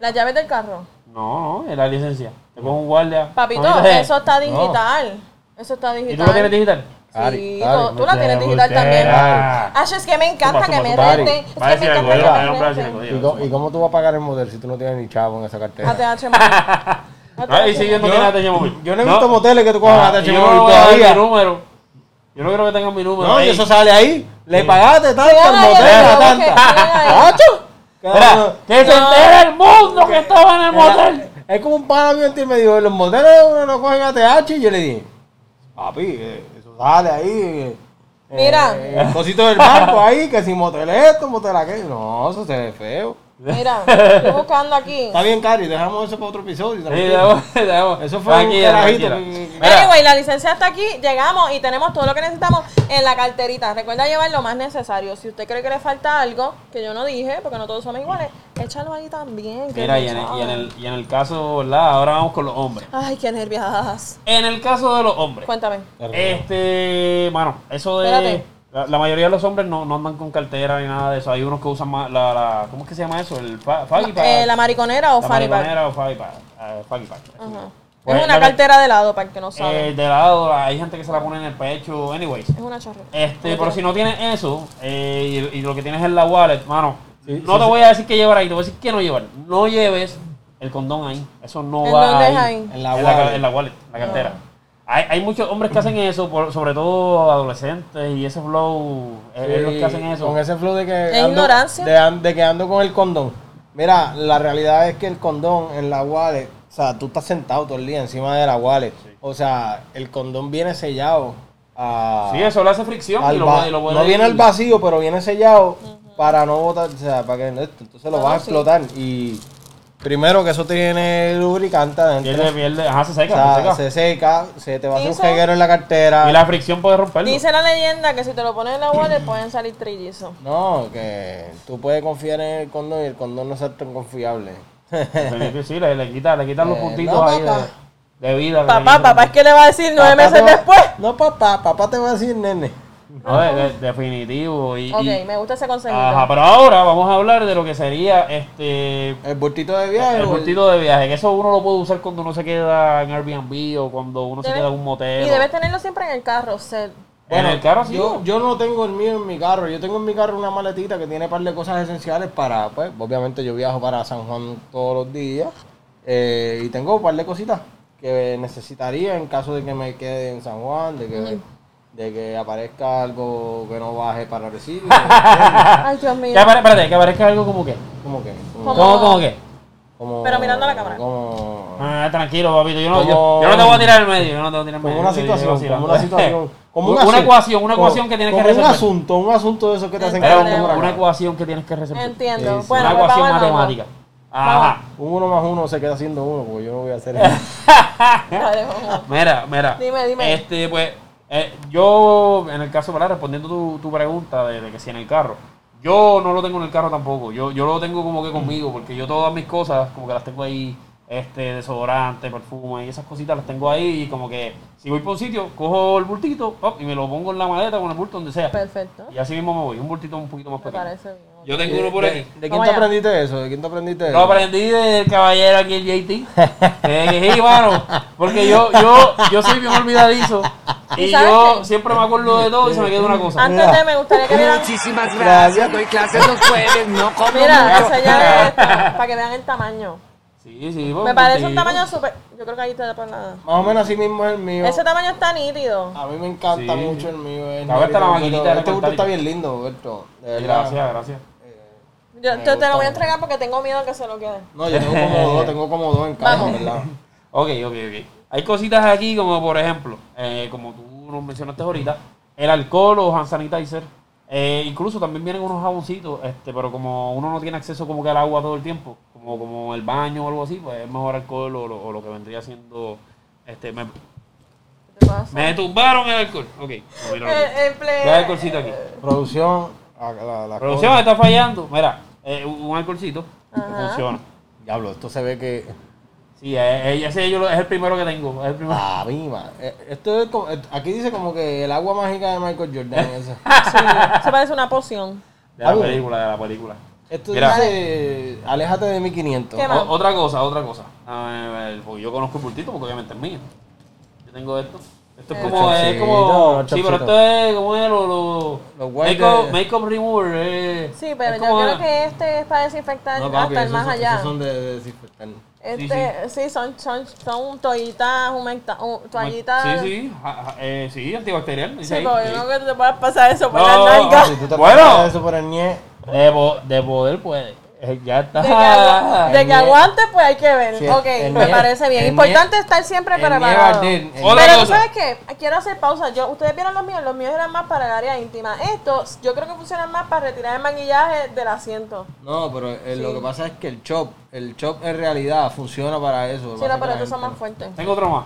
Speaker 2: las llaves del carro.
Speaker 3: No, no, es la licencia. Te pongo un guardia.
Speaker 2: Papito,
Speaker 3: Mamita, ¿eh?
Speaker 2: eso está digital. Eso está digital.
Speaker 3: ¿Y tú lo tienes digital?
Speaker 1: Ari,
Speaker 2: Sí,
Speaker 1: Ari,
Speaker 2: tú, tú la tienes digital también.
Speaker 1: Ah.
Speaker 2: Ay, es que me encanta
Speaker 3: Zumba,
Speaker 2: que
Speaker 3: zumba,
Speaker 2: me este-
Speaker 1: zumba. Ari,
Speaker 2: reten. Es
Speaker 3: Va a
Speaker 2: que me
Speaker 3: decir algo,
Speaker 2: encanta
Speaker 3: él
Speaker 2: que
Speaker 1: ¿verdad?
Speaker 3: va
Speaker 2: me
Speaker 3: él va a decir algo.
Speaker 2: reten.
Speaker 1: ¿Y,
Speaker 3: diga.
Speaker 1: cómo- y cómo tú vas a pagar el motel si tú no tienes ni chavo en esa cartera?
Speaker 2: ATH, mamá.
Speaker 3: Ah, y si yo no tiene ATH móvil.
Speaker 1: Ah, Yo no he visto moteles que tú cojas
Speaker 3: Ah,
Speaker 1: ATH
Speaker 3: y yo
Speaker 1: móvil
Speaker 3: no voy a dar
Speaker 1: todavía.
Speaker 3: mi número. Yo no creo que tengan mi número.
Speaker 1: No, y
Speaker 3: ahí.
Speaker 1: eso sale ahí. Le pagaste tanto al
Speaker 2: Mira,
Speaker 1: motel,
Speaker 2: mira,
Speaker 1: a
Speaker 2: mira,
Speaker 1: tanta.
Speaker 2: mira,
Speaker 1: ¡Cacho!
Speaker 3: Espera, que se
Speaker 2: No.
Speaker 3: entere el mundo que estaba en el motel.
Speaker 1: Es como un pana mío y me dijo, los moteles uno no cogen ATH y yo le dije, papi, eh, eso sale ahí. eh,
Speaker 2: Mira.
Speaker 1: eh, el cosito del banco ahí, que si motel esto, motel aquello. No, eso se ve feo.
Speaker 2: Mira, estoy buscando aquí.
Speaker 1: Está bien, Cari, dejamos eso para otro episodio.
Speaker 3: Sí,
Speaker 1: tranquilo.
Speaker 3: dejamos- dejamos.
Speaker 1: Eso fue un
Speaker 3: Tranquila,
Speaker 1: carajito
Speaker 3: tranquila.
Speaker 1: que-
Speaker 3: Mira,
Speaker 2: Anyway, la licencia está aquí, llegamos y tenemos todo lo que necesitamos en la carterita. Recuerda llevar lo más necesario. Si usted cree que le falta algo, que yo no dije, porque no todos somos iguales, échalo ahí también. que
Speaker 3: Mira,
Speaker 2: no
Speaker 3: y en, el, y, en
Speaker 2: sabe.
Speaker 3: el, y en el caso, ¿verdad? Ahora vamos con los hombres.
Speaker 2: Ay, qué nervias.
Speaker 3: En el caso de los hombres,
Speaker 2: Cuéntame. Eh,
Speaker 3: este, mano, eso de.
Speaker 2: Espérate.
Speaker 3: La, la mayoría de los hombres no, no andan con cartera ni nada de eso. Hay unos que usan más la, la- ¿cómo es que se llama eso? El fa- faggy pack.
Speaker 2: Eh, la mariconera o
Speaker 3: La
Speaker 2: fanny pack.
Speaker 3: mariconera o faggy pack. Eh, faggy pack.
Speaker 2: Ajá.
Speaker 3: Pues,
Speaker 2: es
Speaker 3: la-
Speaker 2: una cartera de lado, para el que no sabe.
Speaker 3: Eh, de lado, la- hay gente que se la pone en el pecho. Anyways,
Speaker 2: es una charreta.
Speaker 3: Este, pero si no tienes eso eh, y, y lo que tienes es la wallet, mano,
Speaker 1: Sí,
Speaker 3: no
Speaker 1: sí,
Speaker 3: te
Speaker 1: sí.
Speaker 3: voy a decir que llevar ahí, te voy a decir que no llevar. No lleves el condón ahí, eso no
Speaker 2: ¿En
Speaker 3: va
Speaker 2: dónde
Speaker 3: ahí.
Speaker 2: es ahí? Ah.
Speaker 1: En la
Speaker 3: en, la,
Speaker 1: wallet.
Speaker 3: ca- en la wallet, la cartera. Hay, hay muchos hombres que hacen eso, por- sobre todo adolescentes y ese flow, es- es Eh, los que hacen eso.
Speaker 1: Con ese flow de que.
Speaker 2: Es ignorancia.
Speaker 1: De, an- de que ando con el condón. Mira, la realidad es que el condón en la wallet. O sea, tú estás sentado todo el día encima de la wallet. O sea, el condón viene sellado. A,
Speaker 3: Sí, eso le hace fricción
Speaker 1: al
Speaker 3: y lo,
Speaker 1: va-
Speaker 3: puede- y lo puede-
Speaker 1: no viene al vacío, pero viene sellado para no botar. O sea, para que no- Entonces lo
Speaker 2: Ah,
Speaker 1: vas a
Speaker 2: sí.
Speaker 1: explotar. Y primero que eso tiene lubricante adentro.
Speaker 3: Pierde, pierde, ajá, se
Speaker 1: o
Speaker 3: seca,
Speaker 1: sea,
Speaker 3: se seca.
Speaker 1: se seca, se te va a hacer un
Speaker 2: Dice-
Speaker 1: jeguero en la cartera.
Speaker 3: Y la fricción puede romperlo.
Speaker 2: Dice la leyenda que si te lo pones en la wallet pueden salir trillizos.
Speaker 1: No, que tú puedes confiar en el condón y el condón no es tan confiable.
Speaker 3: Sí, le, le quita- le quitan los
Speaker 1: Eh,
Speaker 3: puntitos
Speaker 1: no,
Speaker 3: ahí
Speaker 1: papá.
Speaker 3: de, de vida. que le
Speaker 2: Papá,
Speaker 3: quitan.
Speaker 2: papá, es que le va a decir nueve
Speaker 1: Papá te
Speaker 2: meses
Speaker 1: va-
Speaker 2: después.
Speaker 1: No, papá, papá te va a decir nene.
Speaker 3: No, de- de- definitivo. Y, y-
Speaker 2: Ok, me gusta ese consejito.
Speaker 3: Ajá, pero ahora vamos a hablar de lo que sería este
Speaker 1: El bultito de viaje.
Speaker 3: el
Speaker 1: o
Speaker 3: bultito de viaje, que eso uno lo puede usar cuando uno se queda en Airbnb o cuando uno se
Speaker 2: Debe-
Speaker 3: queda en un motel.
Speaker 2: y
Speaker 3: o-
Speaker 2: debes tenerlo siempre en el carro, Cel.
Speaker 1: Bueno,
Speaker 3: en el carro sí.
Speaker 1: yo, yo no tengo el mío en mi carro. Yo tengo en mi carro una maletita que tiene un par de cosas esenciales para, pues, obviamente yo viajo para San Juan todos los días. eh, y tengo un par de cositas que necesitaría en caso de que me quede en San Juan, de que, de que aparezca algo que no baje para recibir.
Speaker 2: Ay, Dios mío.
Speaker 3: Que apare- espérate, que aparezca algo como que.
Speaker 1: como que. como-
Speaker 2: Como-
Speaker 3: ¿Cómo, cómo que?
Speaker 1: Como,
Speaker 2: Pero mirando a la cámara.
Speaker 1: Como,
Speaker 3: Ah, tranquilo, papito. Yo no, yo-
Speaker 1: Como-
Speaker 3: yo no te voy a tirar el medio. Yo no te voy a tirar el
Speaker 1: como
Speaker 3: medio,
Speaker 1: una
Speaker 3: yo te
Speaker 1: situación,
Speaker 3: digo
Speaker 1: como
Speaker 3: vacilando.
Speaker 1: una situación. Como
Speaker 3: Una
Speaker 1: un asunto,
Speaker 3: ecuación, una
Speaker 1: como-
Speaker 3: ecuación que tienes que
Speaker 1: como
Speaker 3: resolver.
Speaker 1: un asunto, un asunto de esos que te hacen
Speaker 3: Era
Speaker 1: quedar
Speaker 2: Entiendo.
Speaker 1: como una
Speaker 3: una, una
Speaker 1: cabra.
Speaker 3: ecuación que tienes que resolver.
Speaker 2: Entiendo.
Speaker 1: Sí, sí.
Speaker 2: Bueno,
Speaker 3: una
Speaker 2: pues
Speaker 3: ecuación
Speaker 2: vamos al mambo.
Speaker 3: matemática. Ajá.
Speaker 1: Un uno más uno se queda haciendo uno, porque yo no voy a hacer eso.
Speaker 2: Dale, vamos.
Speaker 3: Mira, mira.
Speaker 2: Dime, dime.
Speaker 3: Este, pues, eh, yo, en el caso, ¿verdad? Respondiendo tu, tu pregunta de, de que si en el carro. Yo no lo tengo en el carro tampoco. Yo, yo lo tengo como que
Speaker 2: Mm.
Speaker 3: conmigo, porque yo todas mis cosas, como que las tengo ahí, este, desodorante, perfume y esas cositas las tengo ahí. Y como que si voy por un sitio, cojo el bultito pop, y me lo pongo en la maleta con el bulto donde sea.
Speaker 2: Perfecto.
Speaker 3: Y así mismo me voy. Un bultito un poquito más
Speaker 2: Me
Speaker 3: pequeño.
Speaker 2: parece bien.
Speaker 3: Yo tengo uno por aquí.
Speaker 1: ¿De quién
Speaker 2: Vamos
Speaker 1: te
Speaker 2: allá.
Speaker 1: aprendiste eso? ¿De quién te aprendiste
Speaker 3: Lo
Speaker 1: eso?
Speaker 3: aprendí del caballero aquí, el JT. Eh, sí, mano, porque yo, yo, yo soy bien olvidadizo. Y
Speaker 2: ¿Y sabes
Speaker 3: yo
Speaker 2: qué? Ah,
Speaker 3: siempre me acuerdo de todo y se me queda una cosa.
Speaker 2: Antes de, me gustaría que vieran.
Speaker 4: Muchísimas
Speaker 1: Gracias.
Speaker 4: gracias. Doy clases los jueves, no como
Speaker 2: Mira,
Speaker 4: mucho.
Speaker 2: esa llave es esta, para que vean el tamaño.
Speaker 3: Sí, sí. pues,
Speaker 2: Me parece un
Speaker 3: contigo.
Speaker 2: tamaño súper. Yo creo que ahí está la nada.
Speaker 1: Más o menos así mismo es el mío.
Speaker 2: Ese tamaño está nítido.
Speaker 1: A mí me encanta
Speaker 3: Sí.
Speaker 1: mucho el mío. es
Speaker 3: Ahora está la
Speaker 1: negrito,
Speaker 3: maquinita
Speaker 1: pero
Speaker 3: de
Speaker 1: Este bulto
Speaker 3: recortar.
Speaker 1: está bien lindo, Roberto. De verdad.
Speaker 3: Gracias, gracias.
Speaker 2: Yo,
Speaker 1: Me
Speaker 2: yo te
Speaker 1: gusta
Speaker 2: lo voy
Speaker 1: mucho.
Speaker 2: a entregar porque tengo miedo que se lo queden.
Speaker 1: No, yo tengo como dos, tengo como dos en casa,
Speaker 2: Vamos.
Speaker 1: ¿verdad?
Speaker 3: Ok, ok, ok. Hay cositas aquí como por ejemplo, eh, como tú nos mencionaste ahorita, el alcohol o hand sanitizer. Eh, incluso también vienen unos jaboncitos, este, pero como uno no tiene acceso como que al agua todo el tiempo, como, como el baño o algo así, pues es mejor alcohol o lo, o lo que vendría siendo... Este, me,
Speaker 2: ¿Qué te pasa?
Speaker 3: me tumbaron el alcohol. Ok, no, mira,
Speaker 2: El, el ple-
Speaker 3: el alcoholcito aquí.
Speaker 1: eh, Producción. La, la, la
Speaker 3: La producción
Speaker 1: cosa-
Speaker 3: está fallando. Mira, eh, un un alcoholcito que
Speaker 2: Ajá.
Speaker 3: funciona.
Speaker 1: Diablo, esto se ve que.
Speaker 3: Sí, eh, eh, ese yo lo- es el primero que tengo. Es el primero.
Speaker 1: Ah, mima. Eh, Esto es como, eh, aquí dice como que el agua mágica de Michael Jordan. eso.
Speaker 2: Sí, eso parece una poción.
Speaker 3: De la
Speaker 1: algo.
Speaker 3: película, de la película.
Speaker 1: Esto
Speaker 3: Mira.
Speaker 1: dice, aléjate de mi 500.
Speaker 2: ¿Qué más?
Speaker 3: O- otra cosa, otra cosa. A ver, porque yo conozco el bultito porque obviamente es mío. Yo tengo esto. Esto es
Speaker 2: Eh.
Speaker 1: El
Speaker 3: como, es
Speaker 1: chapcito,
Speaker 3: como,
Speaker 1: el
Speaker 3: sí, pero
Speaker 1: chapcito.
Speaker 3: esto es como es lo, lo
Speaker 1: Los guantes.
Speaker 3: make-up make-up remover. eh.
Speaker 2: Sí,
Speaker 3: Es
Speaker 2: pero yo
Speaker 3: como-
Speaker 2: creo que este es para desinfectar
Speaker 1: No, papi,
Speaker 2: hasta el
Speaker 1: esos
Speaker 2: más
Speaker 1: son-
Speaker 2: allá.
Speaker 1: esos son de, de desinfectar.
Speaker 2: Este, sí, son, son, son toallitas, humecta- uh, toallitas.
Speaker 3: Sí, sí, ja- ja- eh, sí, antibacterial.
Speaker 2: Sí,
Speaker 3: dice ahí,
Speaker 2: porque
Speaker 3: sí.
Speaker 2: yo no creo que te puedas pasar eso por
Speaker 3: No,
Speaker 2: la nalga.
Speaker 1: Si tú te
Speaker 3: Bueno.
Speaker 1: bueno. eso por el nie,
Speaker 3: De, po- de poder puede. Eh, Ya está.
Speaker 2: De que, agua- de
Speaker 1: El
Speaker 2: que
Speaker 1: nie-
Speaker 2: aguante, pues hay que ver.
Speaker 1: Sí,
Speaker 2: ok,
Speaker 1: el
Speaker 2: me
Speaker 1: nie-
Speaker 2: parece bien.
Speaker 1: el
Speaker 2: Importante estar siempre
Speaker 1: el nie va a
Speaker 2: preparado.
Speaker 1: arder. El-
Speaker 3: Hola.
Speaker 2: Pero tú
Speaker 3: cosa.
Speaker 2: sabes qué, quiero hacer pausa. Yo, ustedes vieron los míos, los míos eran más para el área íntima. Estos, yo creo que funcionan más para retirar el maquillaje del asiento.
Speaker 1: No, pero eh, lo que pasa es que el chop, el chop en realidad funciona para eso.
Speaker 2: Sí, no, pero
Speaker 1: tú
Speaker 2: estos son más fuertes.
Speaker 3: Tengo otro más.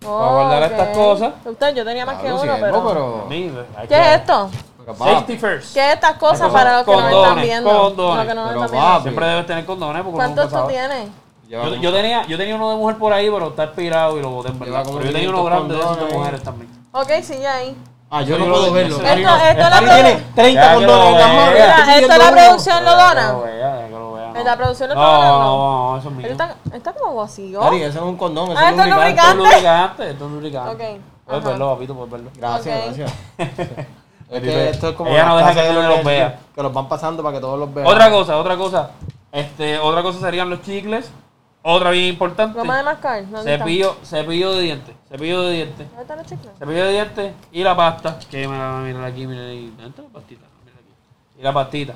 Speaker 2: Para
Speaker 3: guardar estas cosas.
Speaker 2: Usted, yo tenía más que uno,
Speaker 1: No,
Speaker 2: pero...
Speaker 1: pero...
Speaker 3: Sí, hay
Speaker 2: ¿Qué
Speaker 3: que-
Speaker 2: es esto?
Speaker 1: pero papi,
Speaker 3: Safety first.
Speaker 2: ¿Qué es estas cosas
Speaker 3: Estas
Speaker 2: para los
Speaker 3: son
Speaker 2: que no nos están
Speaker 3: condones,
Speaker 2: viendo?
Speaker 3: condones.
Speaker 2: Los que no nos
Speaker 1: Pero
Speaker 2: están
Speaker 1: va,
Speaker 2: viendo.
Speaker 3: Siempre debes tener condones porque uno nunca
Speaker 2: ¿Cuántos tú
Speaker 3: sabe.
Speaker 2: tienes?
Speaker 1: lleva
Speaker 3: Yo,
Speaker 1: como-
Speaker 3: yo tenía, yo tenía uno de mujer por ahí, pero está expirado y lo boté en
Speaker 1: Lleva
Speaker 3: verdad.
Speaker 1: como
Speaker 3: Pero yo tenía uno
Speaker 1: 500
Speaker 3: grande de esos de
Speaker 1: condones.
Speaker 3: mujeres también.
Speaker 2: Ok, sigue ahí.
Speaker 1: Ah, yo
Speaker 3: Yo
Speaker 1: no
Speaker 3: lo-
Speaker 1: puedo
Speaker 3: yo
Speaker 1: verlo.
Speaker 3: sé.
Speaker 1: Ari
Speaker 2: Esto-
Speaker 1: no-
Speaker 2: esto
Speaker 1: Ari
Speaker 2: la-
Speaker 1: tiene 30
Speaker 3: Ya que lo
Speaker 1: condones en las
Speaker 3: vea.
Speaker 1: manos.
Speaker 3: Mira,
Speaker 1: Estoy
Speaker 2: esto
Speaker 1: viendo
Speaker 2: la
Speaker 1: uno.
Speaker 2: producción lo
Speaker 3: Que lo
Speaker 2: dona.
Speaker 3: vea, que lo vea, no.
Speaker 2: En la producción lo
Speaker 3: no,
Speaker 2: dona,
Speaker 3: no,
Speaker 2: no.
Speaker 3: no, eso es mío.
Speaker 2: Él está, está como vacío.
Speaker 1: Ari, eso es un condón, eso
Speaker 2: Ah,
Speaker 1: es un
Speaker 2: esto es
Speaker 1: lubricante.
Speaker 2: lubricante.
Speaker 3: Esto es lubricante, esto es lubricante.
Speaker 2: Ok,
Speaker 3: Puedes
Speaker 2: ajá.
Speaker 3: verlo, papito, puedes verlo.
Speaker 1: Gracias,
Speaker 2: Ok.
Speaker 1: gracias. Es que esto es como
Speaker 3: Ella no
Speaker 1: las
Speaker 3: deja
Speaker 1: casas
Speaker 3: que
Speaker 1: de
Speaker 3: nadie los vea.
Speaker 1: que los van pasando para que todos los vean.
Speaker 3: Otra cosa, otra cosa. Este, otra cosa serían los chicles. Otra bien importante.
Speaker 2: Goma de mascar. ¿Dónde está?
Speaker 3: Cepillo, cepillo de dientes. Cepillo de dientes.
Speaker 2: ¿Dónde están los chicles?
Speaker 3: Cepillo de dientes y la pasta. Que mira, mira aquí, mira ahí. ¿Dónde está la pastita? Mira aquí. Y la pastita.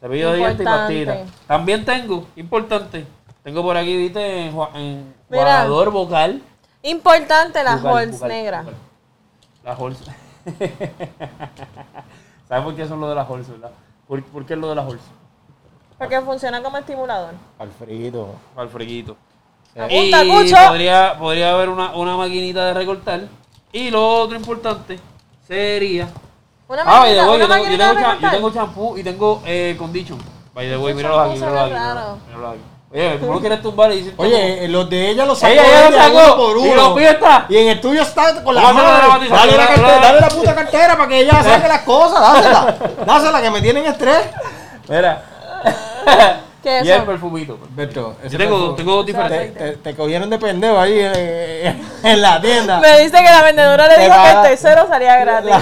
Speaker 3: Cepillo de dientes y
Speaker 2: Importante.
Speaker 3: pastita. También tengo, importante. Tengo por aquí, viste, en, jua- en
Speaker 2: Mira.
Speaker 3: jugador vocal.
Speaker 2: Importante la
Speaker 3: Bucal,
Speaker 2: Halls
Speaker 3: bucal,
Speaker 2: negra.
Speaker 3: bucal. Las Halls. ¿Sabes por qué son lo de las Halls, verdad? ¿Por, por qué es lo de las Halls?
Speaker 2: Porque funciona como estimulador.
Speaker 1: Al frito.
Speaker 3: Para el freguito. Y
Speaker 2: Apunta, Cucho.
Speaker 3: podría, podría haber una, una maquinita de recortar. Y lo otro importante sería.
Speaker 2: Una
Speaker 3: ah, by the
Speaker 2: maquinita- una
Speaker 3: way, yo tengo- yo
Speaker 2: maquinita
Speaker 3: tengo,
Speaker 2: de
Speaker 3: cha- yo
Speaker 2: recortar.
Speaker 3: tengo champú y tengo eh, condition. By the way,
Speaker 2: Esos
Speaker 3: míralos aquí,
Speaker 2: champús son
Speaker 3: míralos aquí.
Speaker 2: bien
Speaker 3: míralos
Speaker 2: raros.
Speaker 3: aquí, míralos aquí. Oye, ¿cómo lo quieres tumbar y decir
Speaker 1: Oye, eh, los de ella los sacó.
Speaker 3: Ella ya lo
Speaker 1: ella,
Speaker 3: sacó.
Speaker 1: uno por
Speaker 3: Y
Speaker 1: uno.
Speaker 3: los pibes está.
Speaker 1: Y en el tuyo está con la
Speaker 3: Vamos a hacer la
Speaker 1: mano. Dale la,
Speaker 3: dramatización, la-
Speaker 1: cartera,
Speaker 3: la-
Speaker 1: dale la puta cartera para que ella saque las cosas. Dásela. Dásela, que me tienen estrés.
Speaker 3: Mira.
Speaker 2: ¿Qué es
Speaker 3: Y el
Speaker 2: eso?
Speaker 3: perfumito.
Speaker 1: Beto,
Speaker 3: Yo tengo, tengo dos diferentes.
Speaker 1: Te, te- te cogieron de pendejo ahí eh, en la tienda.
Speaker 2: Me dice que la vendedora le
Speaker 1: Te
Speaker 2: dijo que el
Speaker 1: va-
Speaker 2: tercero salía gratis.
Speaker 1: La-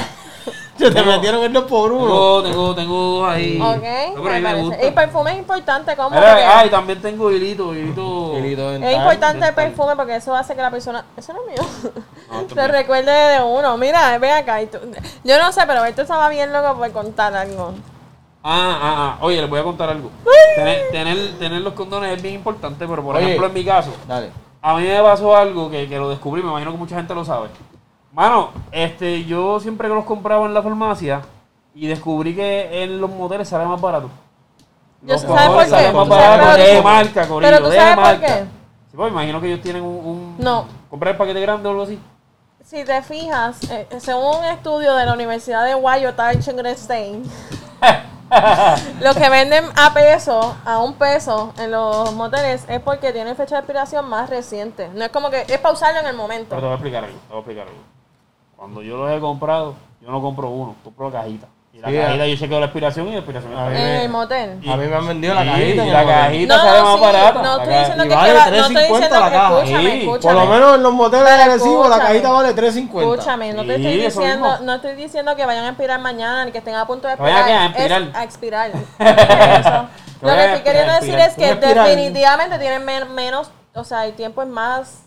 Speaker 1: Yo te metieron el dos por uno.
Speaker 3: Tengo, tengo, tengo dos ahí.
Speaker 2: Ok,
Speaker 3: No, pero
Speaker 2: me parece.
Speaker 3: a mí me
Speaker 2: Y pues,
Speaker 3: gusta.
Speaker 2: perfume es importante, ¿cómo?
Speaker 3: Mira,
Speaker 2: Porque
Speaker 3: ay, también tengo hilito, hilito.
Speaker 1: Hilito dental.
Speaker 2: es importante el
Speaker 3: dental.
Speaker 2: perfume porque eso hace que la persona. Eso no es mío.
Speaker 3: No, esto es
Speaker 2: Se
Speaker 3: mío.
Speaker 2: recuerde de uno. Mira, ven acá. y tú- Yo no sé, pero esto estaba bien loco por contar algo.
Speaker 3: Ah, ah, ah. Oye, les voy a contar algo. Tener, tener, tener los condones es bien importante, pero por
Speaker 1: Oye.
Speaker 3: ejemplo, en mi caso,
Speaker 1: Dale.
Speaker 3: a mí me pasó algo que, que lo descubrí, me imagino que mucha gente lo sabe. Mano, este, yo siempre que los compraba en la farmacia y descubrí que en los moteles sale más barato.
Speaker 2: Yo
Speaker 3: Los
Speaker 2: sé- ¿sabes
Speaker 3: condones
Speaker 1: por qué?
Speaker 3: salen más
Speaker 1: ¿Tú sabes
Speaker 3: barato
Speaker 1: por
Speaker 3: de
Speaker 1: qué?
Speaker 3: marca, Corillo,
Speaker 2: Pero ¿tú
Speaker 3: de
Speaker 2: sabes por
Speaker 3: marca.
Speaker 2: qué?
Speaker 3: Sí, pues, imagino que ellos tienen un, un-
Speaker 2: No.
Speaker 3: Comprar el paquete grande o algo así.
Speaker 2: Si te fijas, eh, según un estudio de la Universidad de Wayota en Chengrestein, los que venden a peso, a un peso en los moteles es porque tienen fecha de expiración más reciente. No es como que es pausarlo en el
Speaker 3: Pero
Speaker 2: momento.
Speaker 3: te voy a explicar algo, te voy a explicar algo. Cuando yo los he comprado, yo no compro uno, compro cajita. Y la
Speaker 1: Sí, ah.
Speaker 3: cajita yo chequeo la expiración y la expiración está
Speaker 1: A
Speaker 3: bien.
Speaker 2: En
Speaker 1: ver.
Speaker 2: el motel.
Speaker 1: A mí me han vendido la
Speaker 3: Sí,
Speaker 1: cajita. en
Speaker 3: la
Speaker 1: el hotel.
Speaker 3: cajita. eh, sale más
Speaker 2: sí,
Speaker 3: barata.
Speaker 2: No estoy
Speaker 3: Acá.
Speaker 2: diciendo
Speaker 1: Y
Speaker 2: que
Speaker 1: vale
Speaker 2: que va- no estoy
Speaker 1: 3.50
Speaker 2: diciendo
Speaker 1: la
Speaker 2: que
Speaker 1: caja.
Speaker 2: escúchame,
Speaker 3: Sí, por
Speaker 2: escúchame.
Speaker 1: Por lo menos en los moteles de
Speaker 2: Pero
Speaker 1: agresivo la
Speaker 2: escúchame.
Speaker 1: cajita vale 3.50.
Speaker 2: Escúchame, no te
Speaker 3: Sí,
Speaker 2: estoy
Speaker 3: eso
Speaker 2: diciendo,
Speaker 3: mismo.
Speaker 2: no estoy diciendo que vayan a expirar mañana ni que estén a punto de
Speaker 3: Que vayan
Speaker 2: expirar.
Speaker 3: a qué, a
Speaker 2: Es
Speaker 3: expirar.
Speaker 2: a expirar. Eso. Lo que estoy queriendo decir es que
Speaker 1: Respira.
Speaker 2: definitivamente tienen men- menos, o sea, el tiempo es más,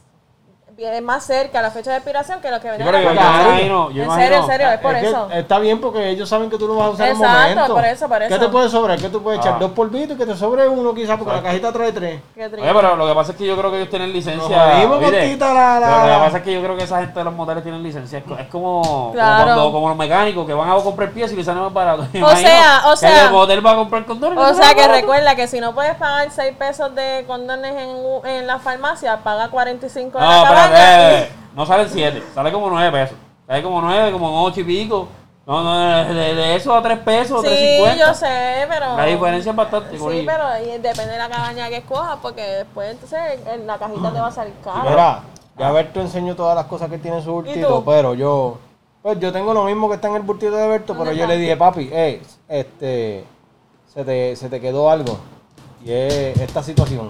Speaker 2: es más cerca a la fecha de expiración que los que
Speaker 3: Sí,
Speaker 2: venían
Speaker 3: pero yo, yo
Speaker 1: Claro.
Speaker 3: imagino, yo
Speaker 2: En serio, en
Speaker 3: imagino-
Speaker 2: serio, es por
Speaker 1: que
Speaker 2: eso.
Speaker 1: Está bien porque ellos saben que tú lo vas a usar en
Speaker 2: Exacto,
Speaker 1: un momento.
Speaker 2: por eso, por
Speaker 1: ¿Qué
Speaker 2: eso.
Speaker 1: te puede sobrar? ¿Qué tú puedes echar?
Speaker 3: Ah.
Speaker 1: Dos polvitos y que te sobre uno quizás porque la cajita trae tres.
Speaker 2: Qué triste.
Speaker 3: Oye, pero lo que pasa es que yo creo que ellos tienen licencia.
Speaker 1: Nos jodimos,
Speaker 3: ¿oíste?
Speaker 1: Costita, la- la-
Speaker 3: Pero Lo que pasa es que yo creo que esa gente de los moteles tienen licencia. Es, co- es como,
Speaker 2: Claro.
Speaker 3: como, cuando- como los mecánicos que van a comprar piezas y les sale más barato. Me
Speaker 2: O
Speaker 3: imagino
Speaker 2: sea, o
Speaker 3: que
Speaker 2: sea.
Speaker 3: El motel va a comprar condones. y
Speaker 2: O
Speaker 3: les
Speaker 2: sea
Speaker 3: sale
Speaker 2: que
Speaker 3: más barato.
Speaker 2: recuerda que si no puedes pagar 6 pesos de condones en, u- en la farmacia, paga 45 en
Speaker 3: No,
Speaker 2: la
Speaker 3: espérate,
Speaker 2: cabaña.
Speaker 3: espérate. No salen 7, sale como 9 pesos. Sale como 9, como 8 y pico. No, no, de, de eso a 3 pesos,
Speaker 2: Sí,
Speaker 3: 3.50.
Speaker 2: yo sé, pero...
Speaker 3: La diferencia es bastante.
Speaker 2: Sí,
Speaker 3: corillo.
Speaker 2: pero ahí depende de la cabaña que escojas, porque después entonces en la cajita te va a salir caro.
Speaker 1: Mira, ya Berto enseñó todas las cosas que tiene en su
Speaker 2: tú?
Speaker 1: bultito, pero yo. Pues yo tengo lo mismo que está en el bultito de Berto, pero yo le dije, papi, eh, este. Se te, se te quedó algo. Y es esta situación.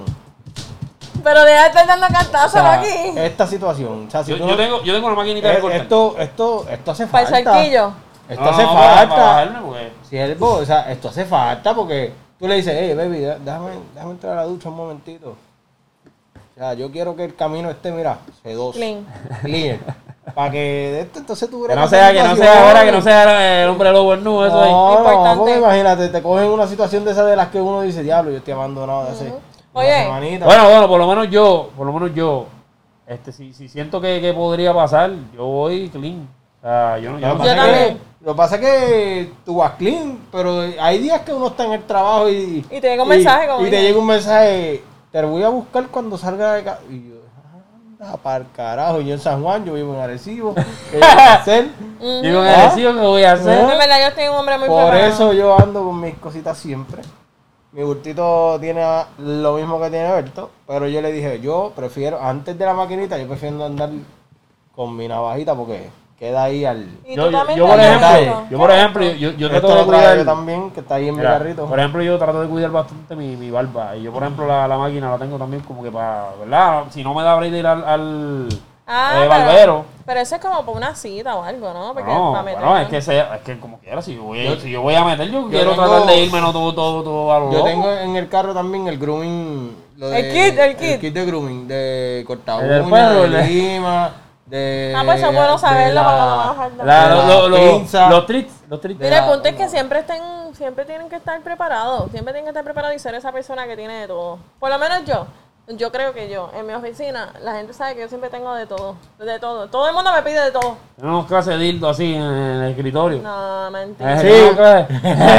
Speaker 2: Pero deja de estar dando
Speaker 1: O
Speaker 2: cantazos
Speaker 1: sea,
Speaker 2: aquí.
Speaker 3: eh,
Speaker 1: Esta situación. O sea, si
Speaker 3: yo,
Speaker 1: tú
Speaker 3: yo
Speaker 1: no-
Speaker 3: tengo, yo tengo una maquinita de
Speaker 1: eh,
Speaker 3: cortar.
Speaker 1: esto, esto, esto hace
Speaker 2: Para el
Speaker 1: falta.
Speaker 2: cerquillo.
Speaker 1: Esto
Speaker 3: No, no,
Speaker 1: hace
Speaker 3: no, para- pues.
Speaker 1: falta.
Speaker 3: para bajarme, porque-
Speaker 1: Siervo, o sea, esto hace falta porque tú le dices, hey, baby, da- déjame, déjame entrar a la ducha un momentito. O sea, yo quiero que el camino esté, mira, sedoso.
Speaker 2: Clean.
Speaker 1: Clear. Para que de esto entonces tú
Speaker 3: Que no sea, que no sea ahora, que no sea eh, el hombre lobo nudo, eso ahí.
Speaker 1: No, no,
Speaker 2: Importante.
Speaker 1: porque imagínate, te cogen una situación de esas de las que uno dice, diablo, yo estoy abandonado de hace una
Speaker 2: Oye.
Speaker 1: semanita".
Speaker 3: Bueno, bueno, por lo menos yo, por lo menos yo, este, si, si siento que, que podría pasar, yo voy clean. O sea, yo no, yo
Speaker 1: Lo
Speaker 3: no-
Speaker 1: que pasa
Speaker 2: Yo
Speaker 1: es que-
Speaker 2: también.
Speaker 1: Lo que pasa es que tú vas clean, pero hay días que uno está en el trabajo y...
Speaker 2: Y te llega un mensaje, como
Speaker 1: Y te
Speaker 2: dije.
Speaker 1: llega un mensaje, te voy a buscar cuando salga de casa. Y yo, anda, para carajo, yo en San Juan, yo vivo en Arecibo, ¿qué yo voy a hacer?
Speaker 2: Ujú.
Speaker 3: Digo,
Speaker 1: ¿Ah?
Speaker 3: agradecido que voy a hacer.
Speaker 2: Mm. En verdad, yo soy un hombre muy
Speaker 1: Por
Speaker 2: preparado.
Speaker 1: eso yo ando con mis cositas siempre. Mi bultito tiene a- lo mismo que tiene Berto, pero yo le dije, yo prefiero, antes de la maquinita, yo prefiero andar con mi navajita porque queda ahí al...
Speaker 2: Y
Speaker 3: Yo,
Speaker 2: tú
Speaker 3: yo,
Speaker 2: también
Speaker 3: yo, por
Speaker 2: te
Speaker 1: tengo
Speaker 3: ejemplo,
Speaker 2: ayudo.
Speaker 3: yo, por ejemplo, yo, yo
Speaker 1: Esto
Speaker 3: trato de
Speaker 1: lo traía yo
Speaker 3: cuidar.
Speaker 1: también, que está ahí en mi
Speaker 3: Mira,
Speaker 1: carrito.
Speaker 3: Por ejemplo, yo trato de cuidar bastante mi, mi barba. Y yo, por ejemplo, la, la máquina la tengo también como que para, ¿verdad? Si no me da break de ir al, al,
Speaker 2: Ah,
Speaker 3: eh,
Speaker 2: pero-
Speaker 3: barbero.
Speaker 2: Pero eso es como para una cita o algo, ¿no? Porque
Speaker 3: No,
Speaker 2: para
Speaker 3: bueno,
Speaker 2: meterlo.
Speaker 3: es que, sea, es que como quiera, si yo voy, a- si yo voy a meter, yo, quiero
Speaker 1: tengo-
Speaker 3: tratar de irme no todo, todo, todo a lo
Speaker 1: Yo
Speaker 3: loco.
Speaker 1: tengo en el carro también el grooming. lo
Speaker 2: El
Speaker 1: de-
Speaker 2: kit, el kit.
Speaker 1: de grooming, de corta
Speaker 3: El del
Speaker 1: uña,
Speaker 3: pelo,
Speaker 1: de
Speaker 3: el de-
Speaker 1: lima, de.
Speaker 2: Ah, pues eso es bueno
Speaker 1: de
Speaker 2: saberlo
Speaker 1: la-
Speaker 2: para cuando vas a jartar.
Speaker 3: La-
Speaker 1: de
Speaker 3: lo-
Speaker 1: la
Speaker 3: lo- lo-
Speaker 1: pinza.
Speaker 3: los tricks, los tricks.
Speaker 2: Mira, el
Speaker 1: la-
Speaker 2: punto es que siempre estén, siempre tienen que estar preparados, siempre tienen que estar preparados y ser esa persona que tiene de todo. Por lo menos yo, yo creo que yo, en mi oficina, la gente sabe que yo siempre tengo de todo, de todo. Todo el mundo me pide de todo.
Speaker 3: Tenemos clase de dildo así en el escritorio.
Speaker 2: No, mentira.
Speaker 3: Eh,
Speaker 1: Sí.
Speaker 3: tenemos clase-